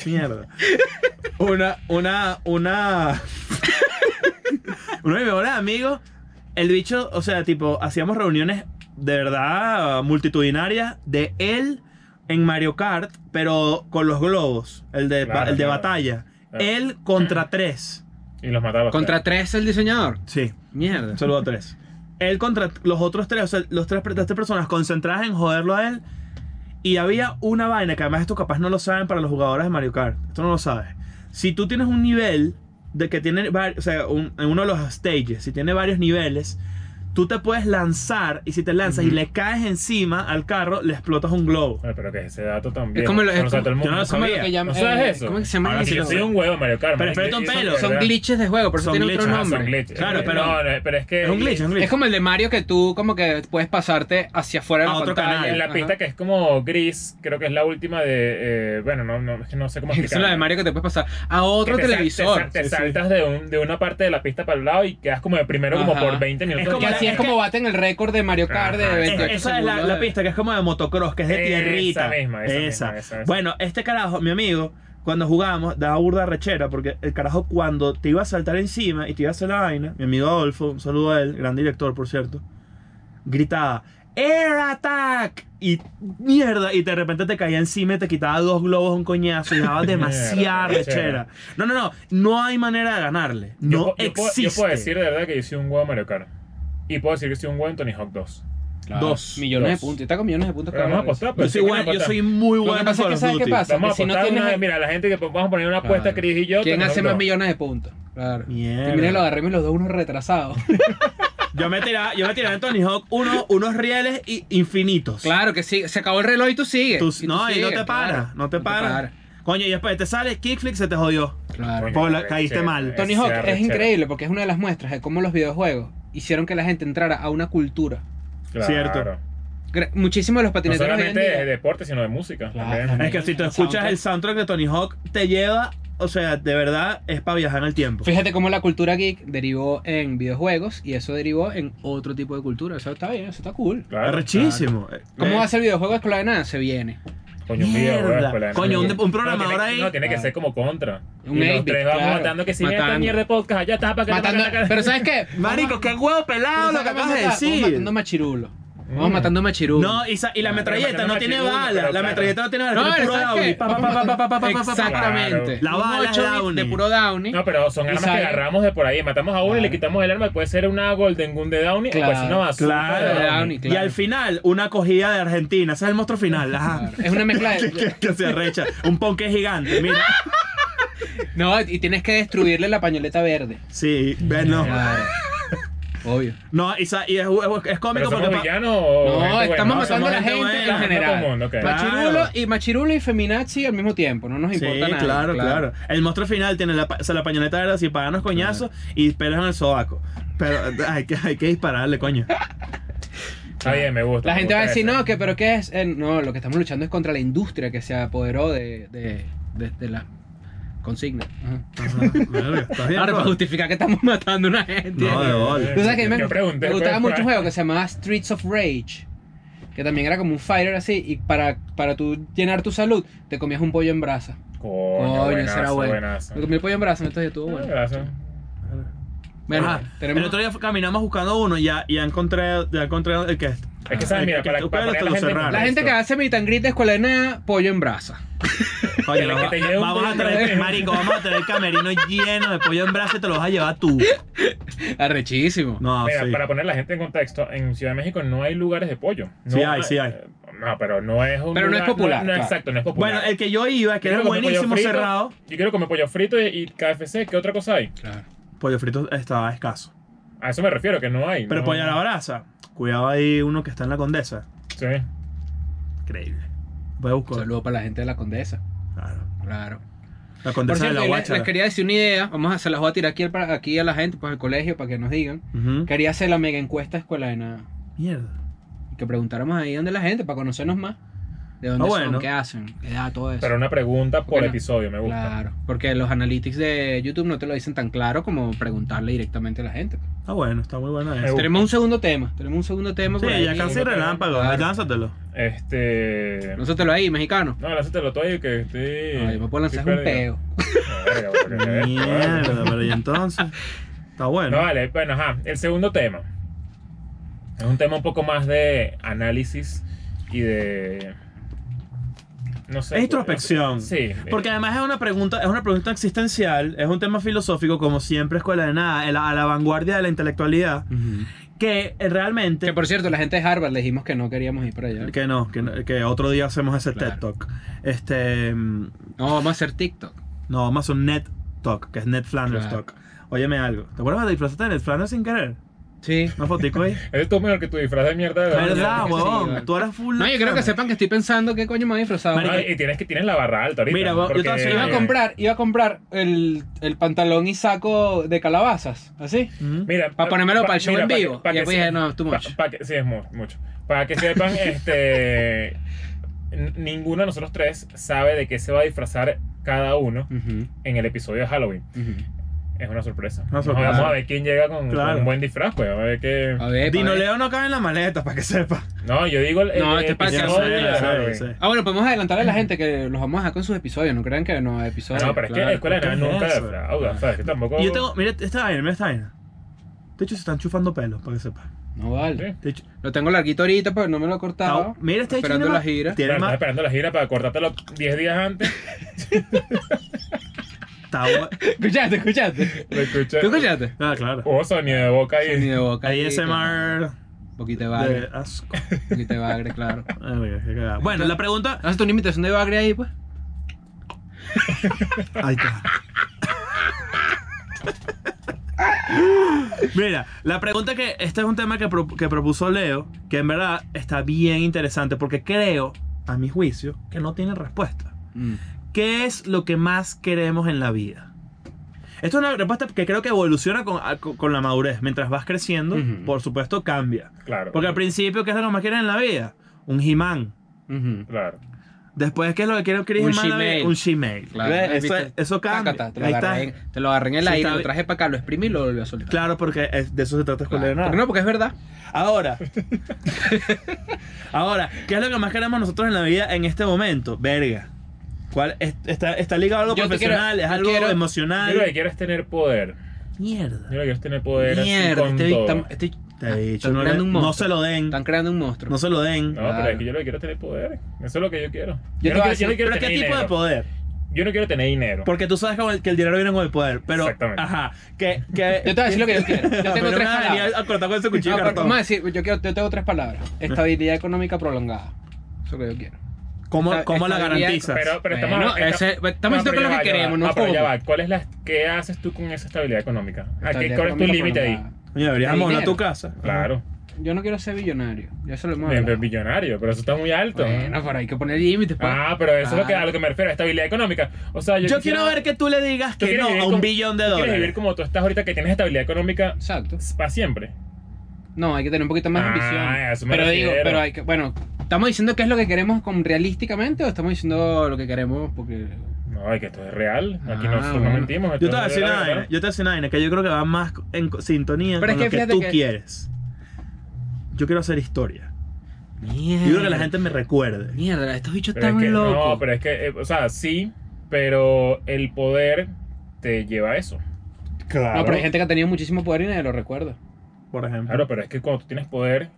[SPEAKER 3] Mierda. Una, una, una. Uno de mis mejores amigos, el bicho, o sea, tipo, hacíamos reuniones de verdad multitudinarias de él en Mario Kart, pero con los globos, el de, ba-
[SPEAKER 2] Claro,
[SPEAKER 3] el de
[SPEAKER 2] claro.
[SPEAKER 3] batalla.
[SPEAKER 2] Claro.
[SPEAKER 3] Él contra tres.
[SPEAKER 2] Y los mataba.
[SPEAKER 4] Contra tres el diseñador.
[SPEAKER 3] Sí,
[SPEAKER 4] Mierda.
[SPEAKER 3] un saludo a tres. Él contra los otros tres, o sea, los tres, las tres personas concentradas en joderlo a él. Y había una vaina que además esto capaz no lo saben para los jugadores de Mario Kart. Esto no lo sabes. Si tú tienes un nivel de que tiene, var- o sea, un- en uno de los stages, si tiene varios niveles, tú te puedes lanzar y si te lanzas y
[SPEAKER 4] Ujú.
[SPEAKER 3] le caes encima al carro, le explotas un globo.
[SPEAKER 2] Bueno, pero que ese dato también.
[SPEAKER 4] Es como lo- es como-
[SPEAKER 2] todo el mundo.
[SPEAKER 3] yo no lo
[SPEAKER 4] ¿Cómo es
[SPEAKER 3] sabía.
[SPEAKER 4] lo que llaman?
[SPEAKER 2] ¿No sabes
[SPEAKER 4] eh,
[SPEAKER 2] eso?
[SPEAKER 4] ¿Cómo es que se llama
[SPEAKER 3] Ahora sí
[SPEAKER 4] eso?
[SPEAKER 2] Yo soy un huevo de Mario Kart.
[SPEAKER 3] Pero
[SPEAKER 2] marico,
[SPEAKER 3] espérate un
[SPEAKER 2] y eso
[SPEAKER 3] pelo.
[SPEAKER 2] es
[SPEAKER 4] Son
[SPEAKER 2] verdad.
[SPEAKER 4] glitches de juego, por eso
[SPEAKER 3] Son
[SPEAKER 4] tiene otro
[SPEAKER 3] glitches,
[SPEAKER 2] Ah, son
[SPEAKER 4] nombre.
[SPEAKER 2] glitches.
[SPEAKER 3] Claro,
[SPEAKER 2] Eh,
[SPEAKER 3] pero-
[SPEAKER 2] No, no, pero es que.
[SPEAKER 3] Es un glitch, es un glitch.
[SPEAKER 4] Es como el de Mario que tú como que puedes pasarte hacia afuera de
[SPEAKER 3] A
[SPEAKER 4] la
[SPEAKER 3] otro
[SPEAKER 4] pantalla.
[SPEAKER 3] canal.
[SPEAKER 2] En la
[SPEAKER 4] Ajá.
[SPEAKER 2] pista que es como gris, creo que es la última de. eh, bueno, no, no, es que no sé cómo
[SPEAKER 4] Esa es
[SPEAKER 2] explicarlo.
[SPEAKER 4] la de Mario que te puedes pasar a otro
[SPEAKER 2] Que te sal-
[SPEAKER 4] televisor.
[SPEAKER 2] Te, sal- te
[SPEAKER 3] Sí, sí.
[SPEAKER 2] saltas De, un, de una parte de la pista para el lado y quedas como de primero como
[SPEAKER 4] Ajá.
[SPEAKER 2] por 20 minutos.
[SPEAKER 3] Es como
[SPEAKER 4] que
[SPEAKER 3] la-
[SPEAKER 4] así es
[SPEAKER 3] que-
[SPEAKER 4] como baten el récord de Mario Kart de
[SPEAKER 2] Ajá,
[SPEAKER 4] 28
[SPEAKER 2] exacto.
[SPEAKER 3] Eh, Esa es la,
[SPEAKER 4] segundos
[SPEAKER 3] la
[SPEAKER 4] de-
[SPEAKER 3] pista que es como de motocross, que es de
[SPEAKER 2] Esa
[SPEAKER 3] tierrita.
[SPEAKER 2] misma, esa misma, esa, esa.
[SPEAKER 3] Bueno, este carajo, mi amigo, cuando jugábamos, daba burda rechera, porque el carajo cuando te iba a saltar encima y te iba a hacer la vaina, mi amigo Adolfo, un saludo a él, gran director, por cierto, gritaba, ¡Air Attack! Y mierda, y de repente te caía encima y te quitaba dos globos, un coñazo, y daba demasiada
[SPEAKER 2] Mierda,
[SPEAKER 3] rechera. No, no, no, no hay manera de ganarle.
[SPEAKER 2] Yo
[SPEAKER 3] No
[SPEAKER 2] po- yo, puedo-
[SPEAKER 3] existe.
[SPEAKER 2] Yo, puedo, decir de verdad que yo soy un huevo de Mario Kart. Y puedo decir que soy un huevo en Tony Hawk 2.
[SPEAKER 3] Dos.
[SPEAKER 4] millones
[SPEAKER 2] Dos.
[SPEAKER 4] de puntos. Está con millones de puntos.
[SPEAKER 2] Pero vamos a
[SPEAKER 4] cada vez.
[SPEAKER 2] apostar.
[SPEAKER 3] Yo
[SPEAKER 2] pues,
[SPEAKER 3] soy,
[SPEAKER 2] sí que
[SPEAKER 3] buen-
[SPEAKER 2] nos
[SPEAKER 3] yo soy
[SPEAKER 2] apostamos.
[SPEAKER 3] muy
[SPEAKER 4] Lo que
[SPEAKER 3] bueno en
[SPEAKER 4] pasa es
[SPEAKER 3] Call
[SPEAKER 4] que
[SPEAKER 3] of
[SPEAKER 4] ¿sabes qué
[SPEAKER 3] Duty.
[SPEAKER 4] pasa?
[SPEAKER 2] Vamos a
[SPEAKER 4] si no
[SPEAKER 2] apostar
[SPEAKER 4] tienes
[SPEAKER 2] una-
[SPEAKER 4] el-
[SPEAKER 2] Mira, la gente que vamos a poner una apuesta,
[SPEAKER 4] Claro.
[SPEAKER 2] Chris y yo.
[SPEAKER 4] ¿Quién
[SPEAKER 2] Tony
[SPEAKER 4] hace
[SPEAKER 2] Hawk
[SPEAKER 4] más
[SPEAKER 2] 2.
[SPEAKER 4] millones de puntos? Claro.
[SPEAKER 3] Mierda.
[SPEAKER 4] Y mira, lo agarremos los dos unos retrasados.
[SPEAKER 3] Yo me tiraba, yo me tiraba en Tony Hawk uno- unos rieles i- infinitos.
[SPEAKER 4] claro que sí. Se acabó el reloj y tú sigues.
[SPEAKER 3] Tú-
[SPEAKER 4] tú
[SPEAKER 3] no, y no
[SPEAKER 4] sigues,
[SPEAKER 3] te
[SPEAKER 4] claro.
[SPEAKER 3] paras, no te paras. Coño, y después te sale kickflip, se te jodió.
[SPEAKER 4] Claro.
[SPEAKER 2] Coño,
[SPEAKER 3] Paula,
[SPEAKER 2] qué
[SPEAKER 3] caíste
[SPEAKER 2] arrechera,
[SPEAKER 3] mal.
[SPEAKER 2] eh, sí,
[SPEAKER 4] Tony Hawk
[SPEAKER 2] arrechera.
[SPEAKER 4] es increíble porque es una de las muestras de cómo los videojuegos hicieron que la gente entrara a una cultura.
[SPEAKER 2] Claro.
[SPEAKER 3] Cierto.
[SPEAKER 4] gra- muchísimos de los
[SPEAKER 2] No
[SPEAKER 4] patineteros hoy en
[SPEAKER 2] solamente
[SPEAKER 4] día-
[SPEAKER 2] de deporte, sino de música.
[SPEAKER 4] Claro.
[SPEAKER 2] también.
[SPEAKER 3] Es que si tú
[SPEAKER 4] El
[SPEAKER 3] escuchas
[SPEAKER 4] soundtrack.
[SPEAKER 3] el soundtrack de Tony Hawk, te lleva, o sea, de verdad es para viajar en el tiempo.
[SPEAKER 4] Fíjate cómo la cultura geek derivó en videojuegos y eso derivó en otro tipo de cultura. Eso está bien, eso está cool.
[SPEAKER 2] Claro.
[SPEAKER 3] Rechísimo.
[SPEAKER 4] ¿Cómo
[SPEAKER 2] Eh.
[SPEAKER 4] va a ser videojuego escuela de nada? Se viene.
[SPEAKER 2] Coño, un video, pues,
[SPEAKER 3] Mierda.
[SPEAKER 2] güey, escuela de
[SPEAKER 3] Coño, un-
[SPEAKER 2] nada.
[SPEAKER 3] un programador
[SPEAKER 2] no, tiene,
[SPEAKER 3] ahí.
[SPEAKER 2] No, tiene que
[SPEAKER 4] Ah.
[SPEAKER 2] ser como contra.
[SPEAKER 4] Un
[SPEAKER 2] y los
[SPEAKER 4] 8-bit,
[SPEAKER 2] tres vamos
[SPEAKER 4] claro.
[SPEAKER 2] matando que si viene esta
[SPEAKER 4] Matando.
[SPEAKER 2] mierda de podcast, allá tapa que
[SPEAKER 4] Matando, pero ¿sabes qué?
[SPEAKER 3] Marico, qué huevo pelado
[SPEAKER 4] Vamos-
[SPEAKER 3] lo que acabas de
[SPEAKER 4] vamos
[SPEAKER 3] decir.
[SPEAKER 4] matando machirulo. Vamos
[SPEAKER 2] Mm.
[SPEAKER 4] matando machirulo.
[SPEAKER 3] No, y, sa- y la
[SPEAKER 2] Claro,
[SPEAKER 3] metralleta
[SPEAKER 2] pero
[SPEAKER 3] no
[SPEAKER 2] no
[SPEAKER 3] tiene
[SPEAKER 2] me sirve, pero
[SPEAKER 3] bala. La
[SPEAKER 2] claro.
[SPEAKER 3] metralleta no tiene bala.
[SPEAKER 4] No,
[SPEAKER 3] tiene puro
[SPEAKER 4] ¿sabes qué?
[SPEAKER 3] Audi. Pa, pa, pa, pa, pa, pa, pa, pa, pa.
[SPEAKER 4] Exactamente.
[SPEAKER 2] Claro.
[SPEAKER 3] La
[SPEAKER 4] Un
[SPEAKER 3] bala es
[SPEAKER 4] 8-bit
[SPEAKER 3] Downey.
[SPEAKER 4] de puro Downey.
[SPEAKER 2] No, pero son
[SPEAKER 4] Y
[SPEAKER 2] armas
[SPEAKER 4] sale-
[SPEAKER 2] que agarramos de por ahí. Matamos a uno y le
[SPEAKER 4] Claro.
[SPEAKER 2] quitamos el arma. Puede ser una Golden Gun de Downey o
[SPEAKER 4] Claro.
[SPEAKER 2] puede ser una bazooka
[SPEAKER 3] Claro.
[SPEAKER 2] de Downey.
[SPEAKER 4] Downey,
[SPEAKER 3] Y
[SPEAKER 4] claro.
[SPEAKER 3] al final, una cogida de Argentina. Ese es el monstruo final. Ajá.
[SPEAKER 4] Claro. Es una mezcla
[SPEAKER 3] Que-
[SPEAKER 4] de.
[SPEAKER 3] que, que se arrecha. Un ponque gigante, mira.
[SPEAKER 4] No, y tienes que destruirle la pañoleta verde.
[SPEAKER 3] Sí, ve, no.
[SPEAKER 4] Claro. Obvio.
[SPEAKER 3] No, y, sa- y es, es- es
[SPEAKER 2] ¿Pero
[SPEAKER 3] cómico
[SPEAKER 2] somos
[SPEAKER 3] porque. pa-
[SPEAKER 2] villanos o
[SPEAKER 4] No,
[SPEAKER 2] gente
[SPEAKER 4] estamos
[SPEAKER 2] buena?
[SPEAKER 4] matando a la
[SPEAKER 3] somos gente
[SPEAKER 4] gente en
[SPEAKER 3] buena,
[SPEAKER 2] matando a todo el
[SPEAKER 4] general.
[SPEAKER 2] mundo, ok.
[SPEAKER 4] Machirulo
[SPEAKER 3] Claro.
[SPEAKER 4] y Machirulo y Feminazi al mismo tiempo, no nos
[SPEAKER 3] Sí,
[SPEAKER 4] importa nada.
[SPEAKER 3] claro, claro, El monstruo final tiene la, pa- o sea, la pañoleta verde así para darnos coñazos y pelos en el sobaco. Pero hay que, hay que dispararle, coño.
[SPEAKER 2] Está bien, me gusta.
[SPEAKER 4] La
[SPEAKER 2] me
[SPEAKER 4] gente va a
[SPEAKER 2] gusta
[SPEAKER 4] decir,
[SPEAKER 2] eso.
[SPEAKER 4] no, que pero qué es. Eh, no, lo que estamos luchando es contra la industria que se apoderó de, de, de- de la consigna. Ajá.
[SPEAKER 3] Ajá, verga, ¿estás
[SPEAKER 2] Ah,
[SPEAKER 3] bien,
[SPEAKER 4] Ahora,
[SPEAKER 3] bro?
[SPEAKER 4] para justificar que estamos matando a una gente.
[SPEAKER 3] No, eh, de bola.
[SPEAKER 4] Tú sabes que a mí
[SPEAKER 2] Yo
[SPEAKER 4] me,
[SPEAKER 2] pregunté,
[SPEAKER 4] me gustaba
[SPEAKER 2] pues,
[SPEAKER 4] mucho un
[SPEAKER 2] pues.
[SPEAKER 4] juego que se llamaba Streets of Rage. Que también era como un fighter así. Y para, para tú llenar tu salud, te comías un pollo en brasa.
[SPEAKER 2] Coño,
[SPEAKER 4] Coño,
[SPEAKER 2] buenazo,
[SPEAKER 4] ese era bueno.
[SPEAKER 2] buenazo.
[SPEAKER 4] Me comí el pollo en brasa, entonces estuvo bueno.
[SPEAKER 2] Buenazo.
[SPEAKER 4] Bueno,
[SPEAKER 3] Ajá,
[SPEAKER 4] tenemos-
[SPEAKER 3] Ah, El otro día caminamos buscando uno y ya, ya encontré, ya encontré el que es. este.
[SPEAKER 2] Es que sabes,
[SPEAKER 3] el
[SPEAKER 2] mira,
[SPEAKER 3] que-
[SPEAKER 2] para,
[SPEAKER 3] que-
[SPEAKER 2] para
[SPEAKER 3] pero
[SPEAKER 2] poner a
[SPEAKER 3] te
[SPEAKER 2] la
[SPEAKER 3] lo
[SPEAKER 2] gente en
[SPEAKER 3] cerraron.
[SPEAKER 4] La gente que hace meet and greet de escuela de nada, pollo en brasa.
[SPEAKER 3] Oye,
[SPEAKER 2] El que
[SPEAKER 3] vamos,
[SPEAKER 2] te lleve un
[SPEAKER 3] vamos a
[SPEAKER 2] pollo
[SPEAKER 3] traer,
[SPEAKER 2] en brasa.
[SPEAKER 3] marico, vamos a traer el camerino lleno de pollo en brasa y te lo vas a llevar tú.
[SPEAKER 4] Arrechísimo.
[SPEAKER 3] No,
[SPEAKER 2] Mira,
[SPEAKER 3] Ah, sí.
[SPEAKER 2] para poner a la gente en contexto, en Ciudad de México no hay lugares de pollo. No
[SPEAKER 3] Sí hay, sí hay.
[SPEAKER 2] eh, No, pero no es un
[SPEAKER 4] Pero no es
[SPEAKER 2] lugar-
[SPEAKER 4] popular,
[SPEAKER 2] No,
[SPEAKER 4] claro.
[SPEAKER 2] Exacto, no es popular.
[SPEAKER 3] Bueno, el que yo iba, que
[SPEAKER 2] Yo
[SPEAKER 3] era
[SPEAKER 2] quiero comer pollo
[SPEAKER 3] buenísimo
[SPEAKER 2] frito,
[SPEAKER 3] cerrado,
[SPEAKER 2] Yo quiero comer pollo frito y, y KFC. ¿Qué otra cosa hay?
[SPEAKER 4] Claro.
[SPEAKER 3] pollo frito estaba escaso.
[SPEAKER 2] A eso me refiero, que no hay.
[SPEAKER 3] Pero
[SPEAKER 2] no-
[SPEAKER 3] pollo a la brasa, cuidado ahí uno que está en la condesa.
[SPEAKER 2] Sí.
[SPEAKER 3] Increíble. Voy a
[SPEAKER 4] Un
[SPEAKER 3] buscar.
[SPEAKER 4] saludo para la gente de la condesa.
[SPEAKER 3] Claro.
[SPEAKER 4] Claro.
[SPEAKER 3] La
[SPEAKER 4] Por
[SPEAKER 3] condesa de
[SPEAKER 4] cierto,
[SPEAKER 3] la
[SPEAKER 4] yo les,
[SPEAKER 3] guacha.
[SPEAKER 4] les quería decir una idea. Vamos a se las voy a tirar aquí, al- para- aquí a la gente, pues al colegio, para que nos digan.
[SPEAKER 3] Ujú.
[SPEAKER 4] Quería hacer la mega encuesta de escuela de nada.
[SPEAKER 3] Mierda.
[SPEAKER 4] Y que preguntáramos ahí dónde la gente, para conocernos más. De dónde
[SPEAKER 3] Ah,
[SPEAKER 4] son,
[SPEAKER 3] bueno.
[SPEAKER 4] qué hacen, qué edad, todo eso.
[SPEAKER 2] Pero una pregunta por
[SPEAKER 4] Bueno,
[SPEAKER 2] episodio, me gusta.
[SPEAKER 4] Claro, porque los analytics de YouTube no te lo dicen tan claro como preguntarle directamente a la gente.
[SPEAKER 3] Está bueno, está muy bueno eso.
[SPEAKER 2] gusta.
[SPEAKER 4] Tenemos un segundo tema, tenemos un segundo tema. por
[SPEAKER 3] Sí,
[SPEAKER 4] ahí.
[SPEAKER 3] ya casi
[SPEAKER 2] Claro.
[SPEAKER 3] relámpago, alcánzatelo.
[SPEAKER 2] Este.
[SPEAKER 4] Lánzatelo ahí, mexicano.
[SPEAKER 2] No, lánzatelo todo y que estoy.
[SPEAKER 4] Ay, me puedo lanzar
[SPEAKER 2] estoy
[SPEAKER 4] un
[SPEAKER 2] perdido.
[SPEAKER 4] peo.
[SPEAKER 2] Verga, porque es esto, vale.
[SPEAKER 3] Mierda, pero y entonces. Está bueno.
[SPEAKER 2] No, vale, bueno, ajá. El segundo tema. Es un tema un poco más de análisis y de. No sé.
[SPEAKER 3] Es introspección.
[SPEAKER 2] Sí.
[SPEAKER 3] Porque además es una pregunta, es una pregunta existencial, es un tema filosófico, como siempre, escuela de nada, en la- a la vanguardia de la intelectualidad, que eh, realmente.
[SPEAKER 4] Que por cierto, la gente de Harvard le dijimos que no queríamos ir para allá.
[SPEAKER 3] que no, que, no- que otro día hacemos ese
[SPEAKER 4] Claro.
[SPEAKER 3] TED Talk. Este. mm,
[SPEAKER 4] No, vamos a hacer TikTok.
[SPEAKER 3] No, más un Net Talk, que es Net Flanders
[SPEAKER 4] Claro.
[SPEAKER 3] Talk. Óyeme algo. ¿Te acuerdas de disfrazarte de Ned Flanders sin querer?
[SPEAKER 4] Sí.
[SPEAKER 3] Una fotico ahí.
[SPEAKER 2] eh, Eres tú mejor que tu disfraz de mierda. de verdad.
[SPEAKER 3] ¿Verdad,
[SPEAKER 4] creo que sí,
[SPEAKER 3] huevón?
[SPEAKER 4] vale.
[SPEAKER 3] Tú eras full.
[SPEAKER 4] No, yo
[SPEAKER 3] Ned
[SPEAKER 4] creo que
[SPEAKER 3] Flanders.
[SPEAKER 4] sepan que estoy pensando qué coño me he disfrazado.
[SPEAKER 2] No,
[SPEAKER 3] Marica,
[SPEAKER 2] y tienes que tienes la barra alta ahorita.
[SPEAKER 3] Mira, vos- yo te voy a decir-
[SPEAKER 4] iba
[SPEAKER 2] eh.
[SPEAKER 4] a comprar, iba a comprar el, el pantalón y saco de calabazas, así.
[SPEAKER 3] Ujú.
[SPEAKER 2] Mira,
[SPEAKER 4] Para ponérmelo para el show
[SPEAKER 2] mira,
[SPEAKER 4] en
[SPEAKER 2] pa' que-
[SPEAKER 4] vivo.
[SPEAKER 2] pa'
[SPEAKER 4] y
[SPEAKER 2] que
[SPEAKER 4] después
[SPEAKER 2] se-
[SPEAKER 4] dije, no, es too
[SPEAKER 2] pa-
[SPEAKER 4] much.
[SPEAKER 2] pa' que- sí, es mu- mucho. Para que sepan, este. n- Ninguno de nosotros tres sabe de qué se va a disfrazar cada uno
[SPEAKER 4] Ujú,
[SPEAKER 2] en el episodio de Halloween.
[SPEAKER 4] ujú.
[SPEAKER 2] Es una sorpresa.
[SPEAKER 3] Una sorpresa.
[SPEAKER 2] Vamos a ver quién llega con, con
[SPEAKER 3] Claro.
[SPEAKER 2] un buen disfraz, pues. A ver qué.
[SPEAKER 4] A ver, pa'
[SPEAKER 3] Dino
[SPEAKER 4] ver.
[SPEAKER 3] Leo no cabe en la maleta, para que sepa.
[SPEAKER 2] No, yo digo el. el-
[SPEAKER 4] No, este
[SPEAKER 2] el
[SPEAKER 4] pasa.
[SPEAKER 2] episodio
[SPEAKER 4] Sí,
[SPEAKER 2] de
[SPEAKER 4] sí,
[SPEAKER 2] Halloween.
[SPEAKER 3] sí.
[SPEAKER 4] Ah, bueno, podemos adelantar a la gente que los vamos a dejar con sus episodios. No crean que no hay
[SPEAKER 2] Ah,
[SPEAKER 4] episodios.
[SPEAKER 2] No, pero es que
[SPEAKER 3] claro,
[SPEAKER 2] la escuela de
[SPEAKER 3] ¿por
[SPEAKER 2] nada
[SPEAKER 3] qué
[SPEAKER 2] nunca
[SPEAKER 3] es eso?
[SPEAKER 2] defrauda. O sea, que tampoco.
[SPEAKER 4] Ah,
[SPEAKER 3] Y yo tengo, mira esta vaina, mira esta vaina. De hecho, se están chufando pelos, para que sepa.
[SPEAKER 4] No vale.
[SPEAKER 2] Sí.
[SPEAKER 3] De hecho,
[SPEAKER 4] Lo tengo larguito ahorita, pero no me lo he cortado.
[SPEAKER 3] está- mira este
[SPEAKER 4] esperando
[SPEAKER 3] chino-
[SPEAKER 4] la gira.
[SPEAKER 3] Tiene
[SPEAKER 2] Claro, estás
[SPEAKER 3] más.
[SPEAKER 2] esperando la gira para cortártelo 10 días antes.
[SPEAKER 3] Está bu-
[SPEAKER 4] Escuchaste, escuchaste.
[SPEAKER 2] Lo escuchas.
[SPEAKER 4] ¿Tú escuchaste?
[SPEAKER 3] Ah, claro.
[SPEAKER 2] Hubo sonido de boca ahí.
[SPEAKER 4] Ni de boca.
[SPEAKER 3] Ahí
[SPEAKER 4] ahí,
[SPEAKER 3] ese mar
[SPEAKER 4] claro. Poquito de
[SPEAKER 3] de
[SPEAKER 4] bagre.
[SPEAKER 3] asco.
[SPEAKER 4] Poquito de bagre, claro.
[SPEAKER 3] Ah, mira, qué cagada. Bueno, la pregunta.
[SPEAKER 4] Hazte una imitación de bagre ahí, pues.
[SPEAKER 3] Ahí está. Mira, la pregunta que. Este es un tema que, pro- que propuso Leo, que en verdad está bien interesante, porque creo, a mi juicio, que no tiene respuesta.
[SPEAKER 4] Mm.
[SPEAKER 3] ¿Qué es lo que más queremos en la vida? Esto es una respuesta que creo que evoluciona con, a- con- con la madurez. Mientras vas creciendo,
[SPEAKER 4] Ujú.
[SPEAKER 3] por supuesto, cambia.
[SPEAKER 2] Claro.
[SPEAKER 3] Porque al principio, ¿qué es lo que más quieres en la vida? un He-Man.
[SPEAKER 4] Ujú.
[SPEAKER 2] Claro.
[SPEAKER 3] Después, ¿qué es lo que quiero querer
[SPEAKER 4] Un
[SPEAKER 3] He-Man?
[SPEAKER 4] Gmail.
[SPEAKER 3] Un Gmail.
[SPEAKER 4] Claro.
[SPEAKER 3] ¿Ves?
[SPEAKER 4] Ahí
[SPEAKER 3] Eso,
[SPEAKER 4] viste.
[SPEAKER 3] eso cambia.
[SPEAKER 4] Tácata, te, lo
[SPEAKER 3] Ahí
[SPEAKER 4] agarré,
[SPEAKER 3] está.
[SPEAKER 4] en- te lo agarré en el
[SPEAKER 3] Sí,
[SPEAKER 4] aire,
[SPEAKER 3] está
[SPEAKER 4] lo
[SPEAKER 3] bien.
[SPEAKER 4] traje para acá, lo exprimí y lo volví a soltar.
[SPEAKER 3] Claro, porque es- de eso se trata Escuela
[SPEAKER 4] Claro.
[SPEAKER 3] de Nada.
[SPEAKER 4] Porque no, porque es verdad.
[SPEAKER 3] Ahora, ahora, ¿qué es lo que más queremos nosotros en la vida en este momento? Verga. ¿Cuál es- está, está ligado a algo
[SPEAKER 4] Yo te
[SPEAKER 3] profesional?
[SPEAKER 4] quiero-
[SPEAKER 3] ¿Es
[SPEAKER 4] yo
[SPEAKER 3] algo
[SPEAKER 4] quiero-
[SPEAKER 2] Yo lo que
[SPEAKER 3] emocional?
[SPEAKER 2] quiero es tener poder.
[SPEAKER 3] Mierda.
[SPEAKER 2] Yo lo que quiero es tener poder así
[SPEAKER 4] Mierda,
[SPEAKER 2] con
[SPEAKER 4] este
[SPEAKER 2] todo.
[SPEAKER 4] Vic tam- este-
[SPEAKER 3] Te
[SPEAKER 4] ah,
[SPEAKER 3] he dicho,
[SPEAKER 4] están
[SPEAKER 3] no, le-
[SPEAKER 4] creando un
[SPEAKER 3] no
[SPEAKER 4] monstruo.
[SPEAKER 3] se lo den.
[SPEAKER 4] Están creando un monstruo.
[SPEAKER 3] No se lo den.
[SPEAKER 2] No,
[SPEAKER 4] Claro.
[SPEAKER 2] pero es que yo lo que quiero es tener poder. Eso es lo que yo quiero. Yo, no
[SPEAKER 4] te voy a
[SPEAKER 2] quiero, yo no
[SPEAKER 4] decir,
[SPEAKER 2] quiero
[SPEAKER 3] ¿Pero qué
[SPEAKER 2] tener
[SPEAKER 3] tipo de
[SPEAKER 2] dinero.
[SPEAKER 3] poder?
[SPEAKER 2] Yo no quiero tener dinero.
[SPEAKER 3] Porque tú sabes como el- que el dinero viene con el poder. Pero,
[SPEAKER 2] Exactamente.
[SPEAKER 3] ajá. Que, que,
[SPEAKER 4] Yo te voy a decir lo que yo quiero. Yo tengo
[SPEAKER 3] Pero
[SPEAKER 4] tres
[SPEAKER 3] me vas a venir
[SPEAKER 4] palabras.
[SPEAKER 3] a cortar con ese cuchillo
[SPEAKER 4] No,
[SPEAKER 3] de
[SPEAKER 4] pero
[SPEAKER 3] cartón.
[SPEAKER 4] vamos a decir, yo, quiero, yo tengo tres palabras. Estabilidad económica prolongada. Eso es lo que yo quiero.
[SPEAKER 2] Ah,
[SPEAKER 3] ¿Cómo,
[SPEAKER 4] esta-
[SPEAKER 3] cómo la
[SPEAKER 4] esta
[SPEAKER 3] garantizas?
[SPEAKER 2] pero, pero estamos,
[SPEAKER 4] Bueno,
[SPEAKER 2] esta-
[SPEAKER 4] ese- estamos
[SPEAKER 2] No, pero
[SPEAKER 4] diciendo que
[SPEAKER 2] ya
[SPEAKER 4] es lo
[SPEAKER 2] va,
[SPEAKER 4] que
[SPEAKER 2] ya va.
[SPEAKER 4] queremos, no
[SPEAKER 2] Ah, pero ya
[SPEAKER 4] cómo.
[SPEAKER 2] va. ¿Cuál es la, ¿Qué haces tú con esa estabilidad económica? ¿A qué,
[SPEAKER 4] Estabilidad
[SPEAKER 2] ¿Cuál es tu
[SPEAKER 4] económica
[SPEAKER 2] límite ahí?
[SPEAKER 4] prolongada.
[SPEAKER 3] Coño, deberías
[SPEAKER 4] de
[SPEAKER 3] amonar
[SPEAKER 4] dinero.
[SPEAKER 3] tu casa.
[SPEAKER 2] Claro.
[SPEAKER 4] Yo no quiero ser billonario. Ya se lo hemos
[SPEAKER 2] Bien,
[SPEAKER 4] hablado.
[SPEAKER 2] pero millonario, pero eso está muy alto.
[SPEAKER 4] Bueno, pero hay que poner límites. pues.
[SPEAKER 2] Ah, pero eso es lo que, a
[SPEAKER 4] Ah.
[SPEAKER 2] lo que me refiero, estabilidad económica. O sea, yo,
[SPEAKER 3] Yo, quiero ver que tú le digas que no a un billón de
[SPEAKER 2] Quieres vivir
[SPEAKER 3] dólares.
[SPEAKER 2] como tú estás ahorita, que tienes estabilidad económica
[SPEAKER 4] Exacto.
[SPEAKER 2] para siempre.
[SPEAKER 4] No, hay que tener un poquito más de
[SPEAKER 2] Ah,
[SPEAKER 4] ambición.
[SPEAKER 2] a eso me
[SPEAKER 4] pero
[SPEAKER 2] refiero.
[SPEAKER 4] digo, pero hay que, bueno, ¿estamos diciendo qué es lo que queremos con, realísticamente o estamos diciendo lo que queremos porque...
[SPEAKER 2] No, ay, que esto es real. Aquí
[SPEAKER 4] Ah,
[SPEAKER 2] no, no
[SPEAKER 4] bueno.
[SPEAKER 2] mentimos. esto
[SPEAKER 3] Yo te voy a
[SPEAKER 2] es
[SPEAKER 3] decir
[SPEAKER 2] la
[SPEAKER 3] una
[SPEAKER 2] verdad.
[SPEAKER 3] vaina, yo te voy a decir una vaina que yo creo que va más en co- sintonía
[SPEAKER 4] Pero
[SPEAKER 3] con
[SPEAKER 4] es que
[SPEAKER 3] lo que
[SPEAKER 4] fíjate
[SPEAKER 3] tú
[SPEAKER 4] que-
[SPEAKER 3] quieres. Yo quiero hacer historia. Yo
[SPEAKER 4] Mierda.
[SPEAKER 3] quiero que la gente me recuerde.
[SPEAKER 4] Mierda, estos bichos
[SPEAKER 2] Pero es
[SPEAKER 4] están
[SPEAKER 2] que-
[SPEAKER 4] locos.
[SPEAKER 2] No, pero es que, eh, o sea, sí, pero el poder te lleva a eso.
[SPEAKER 3] Claro.
[SPEAKER 4] No, pero hay gente que ha tenido muchísimo poder y nadie lo recuerda.
[SPEAKER 3] Por ejemplo.
[SPEAKER 2] Claro, pero es que cuando tú tienes poder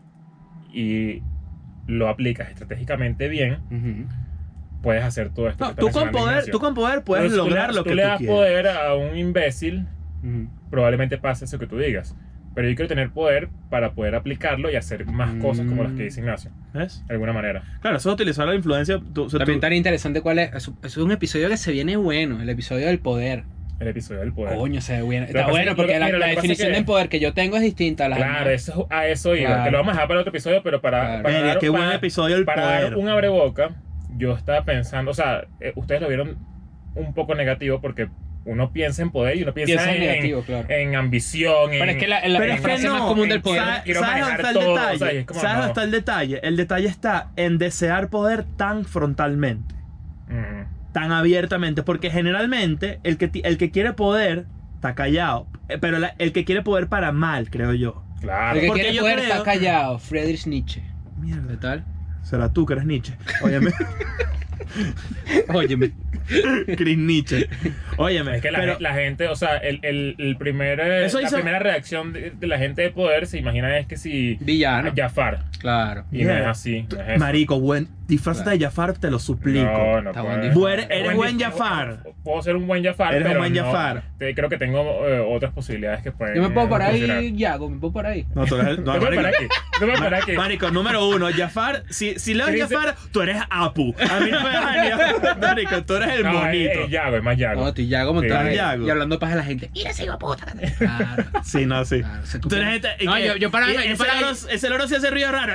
[SPEAKER 2] y lo aplicas estratégicamente bien,
[SPEAKER 4] Ujú.
[SPEAKER 2] puedes hacer todo esto.
[SPEAKER 3] No,
[SPEAKER 2] que está
[SPEAKER 3] tú con
[SPEAKER 2] mencionando
[SPEAKER 3] poder,
[SPEAKER 2] Ignacio.
[SPEAKER 3] tú con poder puedes
[SPEAKER 2] Entonces, tú le-
[SPEAKER 3] lograr lo
[SPEAKER 2] tú
[SPEAKER 3] que
[SPEAKER 2] le
[SPEAKER 3] tú
[SPEAKER 2] das
[SPEAKER 3] quieres.
[SPEAKER 2] poder a un imbécil,
[SPEAKER 4] Ujú.
[SPEAKER 2] probablemente pase eso que tú digas. Pero yo quiero tener poder para poder aplicarlo y hacer más cosas como
[SPEAKER 3] Mm.
[SPEAKER 2] las que dice Ignacio,
[SPEAKER 3] ¿Ves?
[SPEAKER 2] de alguna manera.
[SPEAKER 3] Claro, eso es utilizar la influencia. tú- o sea,
[SPEAKER 4] También
[SPEAKER 3] tú-
[SPEAKER 4] tan interesante cuál es. Es un- es un episodio que se viene bueno, el episodio del poder.
[SPEAKER 2] El episodio del poder.
[SPEAKER 4] Coño, se ve bueno.
[SPEAKER 2] que
[SPEAKER 4] Está
[SPEAKER 2] pasa es
[SPEAKER 4] bueno
[SPEAKER 2] que-
[SPEAKER 4] porque
[SPEAKER 2] lo-
[SPEAKER 4] la,
[SPEAKER 2] mira, lo
[SPEAKER 4] la
[SPEAKER 2] que pasa es
[SPEAKER 4] definición
[SPEAKER 2] que-
[SPEAKER 4] de poder que yo tengo es distinta a la
[SPEAKER 2] Claro, eso, a eso iba.
[SPEAKER 4] Claro.
[SPEAKER 2] Que lo vamos a dejar para otro episodio, pero para.
[SPEAKER 4] Claro.
[SPEAKER 2] para
[SPEAKER 3] Verga,
[SPEAKER 2] dar-
[SPEAKER 3] qué buen
[SPEAKER 2] para-
[SPEAKER 3] episodio el
[SPEAKER 2] para
[SPEAKER 3] poder.
[SPEAKER 2] dar un abreboca, yo estaba pensando, o sea, eh, ustedes lo vieron un poco negativo porque uno piensa en poder y uno piensa,
[SPEAKER 4] Piensa en
[SPEAKER 2] en,
[SPEAKER 4] negativo, claro.
[SPEAKER 2] en ambición.
[SPEAKER 4] Pero
[SPEAKER 2] en-
[SPEAKER 4] es que la, la-
[SPEAKER 3] Pero
[SPEAKER 4] la
[SPEAKER 3] es
[SPEAKER 4] frase
[SPEAKER 3] que no,
[SPEAKER 4] más común del
[SPEAKER 2] en-
[SPEAKER 4] poder.
[SPEAKER 3] ¿Sabes,
[SPEAKER 2] quiero
[SPEAKER 3] sabes dónde
[SPEAKER 2] manejar
[SPEAKER 3] está el
[SPEAKER 2] todo,
[SPEAKER 3] detalle?
[SPEAKER 2] o sea, es como,
[SPEAKER 3] ¿Sabes dónde
[SPEAKER 2] no.
[SPEAKER 3] está el detalle? El detalle está en desear poder tan frontalmente,
[SPEAKER 2] Mm,
[SPEAKER 3] tan abiertamente, porque generalmente el que, ti- el que quiere poder está callado, eh, pero la- el que quiere poder para mal, creo yo.
[SPEAKER 2] claro.
[SPEAKER 4] El que
[SPEAKER 3] Porque
[SPEAKER 4] quiere
[SPEAKER 3] yo
[SPEAKER 4] poder
[SPEAKER 3] creo-
[SPEAKER 4] está callado. Friedrich Nietzsche. ¿Qué
[SPEAKER 3] Mierda,
[SPEAKER 4] tal?
[SPEAKER 3] será tú que eres Nietzsche. Óyeme,
[SPEAKER 4] Óyeme.
[SPEAKER 3] Chris Nietzsche. Óyeme,
[SPEAKER 2] Es que la,
[SPEAKER 3] pero-
[SPEAKER 2] gen- la gente, o sea, el, el, el primer, eh,
[SPEAKER 3] Eso
[SPEAKER 2] la
[SPEAKER 3] hizo-
[SPEAKER 2] primera reacción de, de la gente de poder se imagina es que si
[SPEAKER 4] Villano.
[SPEAKER 2] Jafar.
[SPEAKER 4] Claro.
[SPEAKER 2] Y no
[SPEAKER 3] Mierda.
[SPEAKER 2] es así. No es eso.
[SPEAKER 3] Marico, buen, disfrazate de Jafar, te lo suplico.
[SPEAKER 2] No, no
[SPEAKER 4] Está
[SPEAKER 2] puedo.
[SPEAKER 4] buen
[SPEAKER 3] Buen- eres
[SPEAKER 2] Buen
[SPEAKER 3] buen
[SPEAKER 2] dif-
[SPEAKER 3] Jafar.
[SPEAKER 2] Puedo ser un buen Jafar.
[SPEAKER 3] Eres un
[SPEAKER 2] pero
[SPEAKER 3] buen
[SPEAKER 2] no,
[SPEAKER 3] Jafar.
[SPEAKER 2] te- creo que tengo eh, otras posibilidades que pueden.
[SPEAKER 4] Yo me puedo
[SPEAKER 2] eh,
[SPEAKER 4] parar
[SPEAKER 2] funcionar.
[SPEAKER 4] ahí, Yago, me puedo parar ahí.
[SPEAKER 3] No, tú eres,
[SPEAKER 2] Yo
[SPEAKER 3] no,
[SPEAKER 2] me voy
[SPEAKER 3] marico.
[SPEAKER 2] para aquí. Yo me voy para aquí.
[SPEAKER 3] Marico, número uno, Jafar. Si, si leo a
[SPEAKER 2] ¿Qué dice?
[SPEAKER 3] Jafar, tú eres Apu. A mí no me vas a liar. Marico, tú eres el
[SPEAKER 2] No, eh, es-
[SPEAKER 3] bonito.
[SPEAKER 2] es Yago, es más Yago.
[SPEAKER 4] No, estoy Yago montado
[SPEAKER 2] Sí.
[SPEAKER 4] ahí,
[SPEAKER 3] Yago.
[SPEAKER 4] y hablando paja a la gente. Mira ese hijo de puta. Claro.
[SPEAKER 3] Sí, no, sí.
[SPEAKER 4] claro, se
[SPEAKER 3] Tú
[SPEAKER 4] copia.
[SPEAKER 3] eres este-
[SPEAKER 4] No,
[SPEAKER 3] que-
[SPEAKER 4] yo, yo paraba.
[SPEAKER 3] y
[SPEAKER 4] yo
[SPEAKER 3] ese,
[SPEAKER 4] paraba ahí-
[SPEAKER 3] loro, ese loro sí hace ruido raro.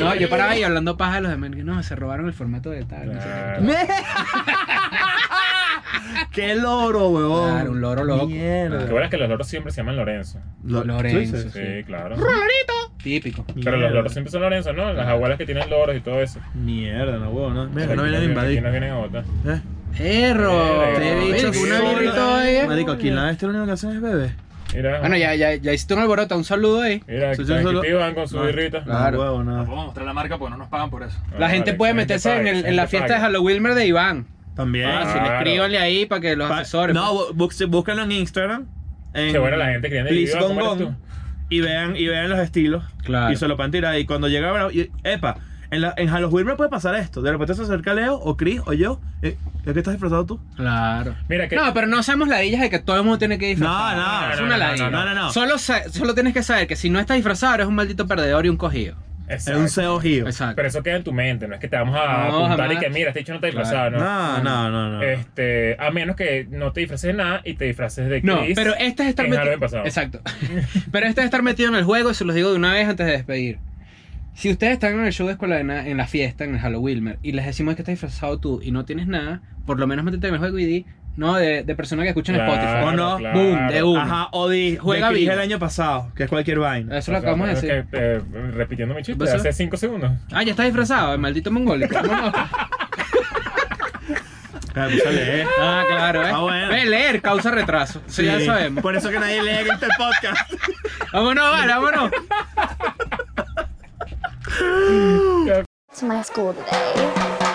[SPEAKER 4] no, yo paraba ahí hablando paja a los demás. que No, se robaron el formato de tal. no sé
[SPEAKER 2] Claro.
[SPEAKER 4] qué.
[SPEAKER 3] ¡Qué loro, huevón!
[SPEAKER 4] Claro, un loro loco.
[SPEAKER 2] Lo
[SPEAKER 3] Mierda.
[SPEAKER 2] que bueno es que los loros siempre se llaman Lorenzo.
[SPEAKER 3] Lo- ¿tú
[SPEAKER 4] Lorenzo.
[SPEAKER 3] dices?
[SPEAKER 2] Sí, claro.
[SPEAKER 4] Típico.
[SPEAKER 2] Pero los
[SPEAKER 3] Mierda.
[SPEAKER 2] loros siempre son Lorenzo, ¿no? Las abuelas que tienen loros y todo eso.
[SPEAKER 3] Mierda, no, huevón. No, Mira,
[SPEAKER 2] Pero
[SPEAKER 3] que no
[SPEAKER 2] aquí
[SPEAKER 3] vienen a
[SPEAKER 2] vienen-
[SPEAKER 3] invadir.
[SPEAKER 2] Aquí nos vienen a votar.
[SPEAKER 3] ¿Eh?
[SPEAKER 4] Erro.
[SPEAKER 2] Verga,
[SPEAKER 3] Te he
[SPEAKER 2] Marico,
[SPEAKER 3] dicho que
[SPEAKER 4] una
[SPEAKER 3] solo-
[SPEAKER 4] birrita todavía.
[SPEAKER 3] Marico, aquí en la bestia lo único que hacen es beber.
[SPEAKER 2] Mira,
[SPEAKER 4] Bueno, ya, ya, ya hiciste un alboroto, un saludo eh. ahí.
[SPEAKER 2] Mira,
[SPEAKER 3] Sí,
[SPEAKER 2] aquí
[SPEAKER 3] sí, solo-
[SPEAKER 2] van con su
[SPEAKER 3] No,
[SPEAKER 2] birrita.
[SPEAKER 3] no,
[SPEAKER 4] Claro.
[SPEAKER 3] Ah, huevón, no.
[SPEAKER 5] No podemos mostrar la marca porque no nos pagan por eso.
[SPEAKER 4] La gente
[SPEAKER 2] Vale,
[SPEAKER 4] puede
[SPEAKER 2] gente
[SPEAKER 4] meterse en,
[SPEAKER 2] paga,
[SPEAKER 4] el- en
[SPEAKER 2] gente
[SPEAKER 4] la fiesta de
[SPEAKER 2] paga.
[SPEAKER 4] Halloween de Iván.
[SPEAKER 3] También.
[SPEAKER 4] Ah,
[SPEAKER 2] Claro.
[SPEAKER 4] escríbanle ahí para que los
[SPEAKER 3] Pa-
[SPEAKER 4] asesores.
[SPEAKER 3] No, bu- bu- búsquenlo en Instagram. En
[SPEAKER 2] Qué bueno la gente que viene y
[SPEAKER 3] Please
[SPEAKER 2] viva,
[SPEAKER 3] Gone
[SPEAKER 2] ¿cómo eres
[SPEAKER 3] Gone, y vean y vean los estilos
[SPEAKER 4] Claro.
[SPEAKER 3] y se lo pueden tirar y cuando llega bueno, y- epa en, la, en Halloween me puede pasar esto de repente se acerca Leo o Chris o yo eh, ¿de qué estás disfrazado tú?
[SPEAKER 4] Claro.
[SPEAKER 2] Mira que.
[SPEAKER 4] No, pero no seamos ladillas de que todo el mundo tiene que disfrazar.
[SPEAKER 3] No, no,
[SPEAKER 4] es
[SPEAKER 2] no,
[SPEAKER 4] una
[SPEAKER 2] no,
[SPEAKER 4] ladilla.
[SPEAKER 3] no, no, no.
[SPEAKER 4] Solo, sa- solo tienes que saber que si no estás disfrazado eres un maldito perdedor y un cogido.
[SPEAKER 3] es un CEO giro
[SPEAKER 4] Exacto.
[SPEAKER 2] Pero eso queda en tu mente, no es que te vamos a
[SPEAKER 4] No,
[SPEAKER 2] apuntar y
[SPEAKER 4] jamás.
[SPEAKER 2] que mira, este dicho no te
[SPEAKER 4] Claro.
[SPEAKER 2] disfrazado,
[SPEAKER 3] no
[SPEAKER 2] ¿no?
[SPEAKER 4] Mm.
[SPEAKER 3] no no no, no.
[SPEAKER 2] Este, a menos que no te disfraces de nada y te disfraces de Chris.
[SPEAKER 4] no, pero este es estar
[SPEAKER 2] en Halloween
[SPEAKER 4] metido.
[SPEAKER 2] pasado.
[SPEAKER 4] Exacto. pero este es estar metido en el juego, y se los digo de una vez antes de despedir. Si ustedes están en el show de escuela de nada, en la fiesta, en el Halloween, y les decimos que estás disfrazado tú y no tienes nada, por lo menos métete en el juego y di, ¿no? De, de personas que escuchan Spotify.
[SPEAKER 3] ¿o no?
[SPEAKER 4] Boom, de una.
[SPEAKER 3] Ajá, o di,
[SPEAKER 4] Juega
[SPEAKER 3] juega dije
[SPEAKER 4] vivo.
[SPEAKER 3] el año pasado, que es cualquier vaina.
[SPEAKER 4] Eso lo acabamos de
[SPEAKER 2] Es
[SPEAKER 4] decir. Pues
[SPEAKER 2] que, eh, repitiendo mi chiste,
[SPEAKER 4] ¿Vas a-
[SPEAKER 2] hace 5 segundos.
[SPEAKER 4] Ah, ya está disfrazado, el maldito mongólico. Vámonos.
[SPEAKER 3] Ah, pues, sale, eh.
[SPEAKER 4] Ah, claro, ¿eh?
[SPEAKER 3] Ah, bueno.
[SPEAKER 4] Ve, leer causa retraso. Eso ya
[SPEAKER 3] Sí.
[SPEAKER 4] sabemos.
[SPEAKER 3] Por eso que nadie lee este podcast.
[SPEAKER 4] Vámonos, vale, vámonos.
[SPEAKER 1] to my school today.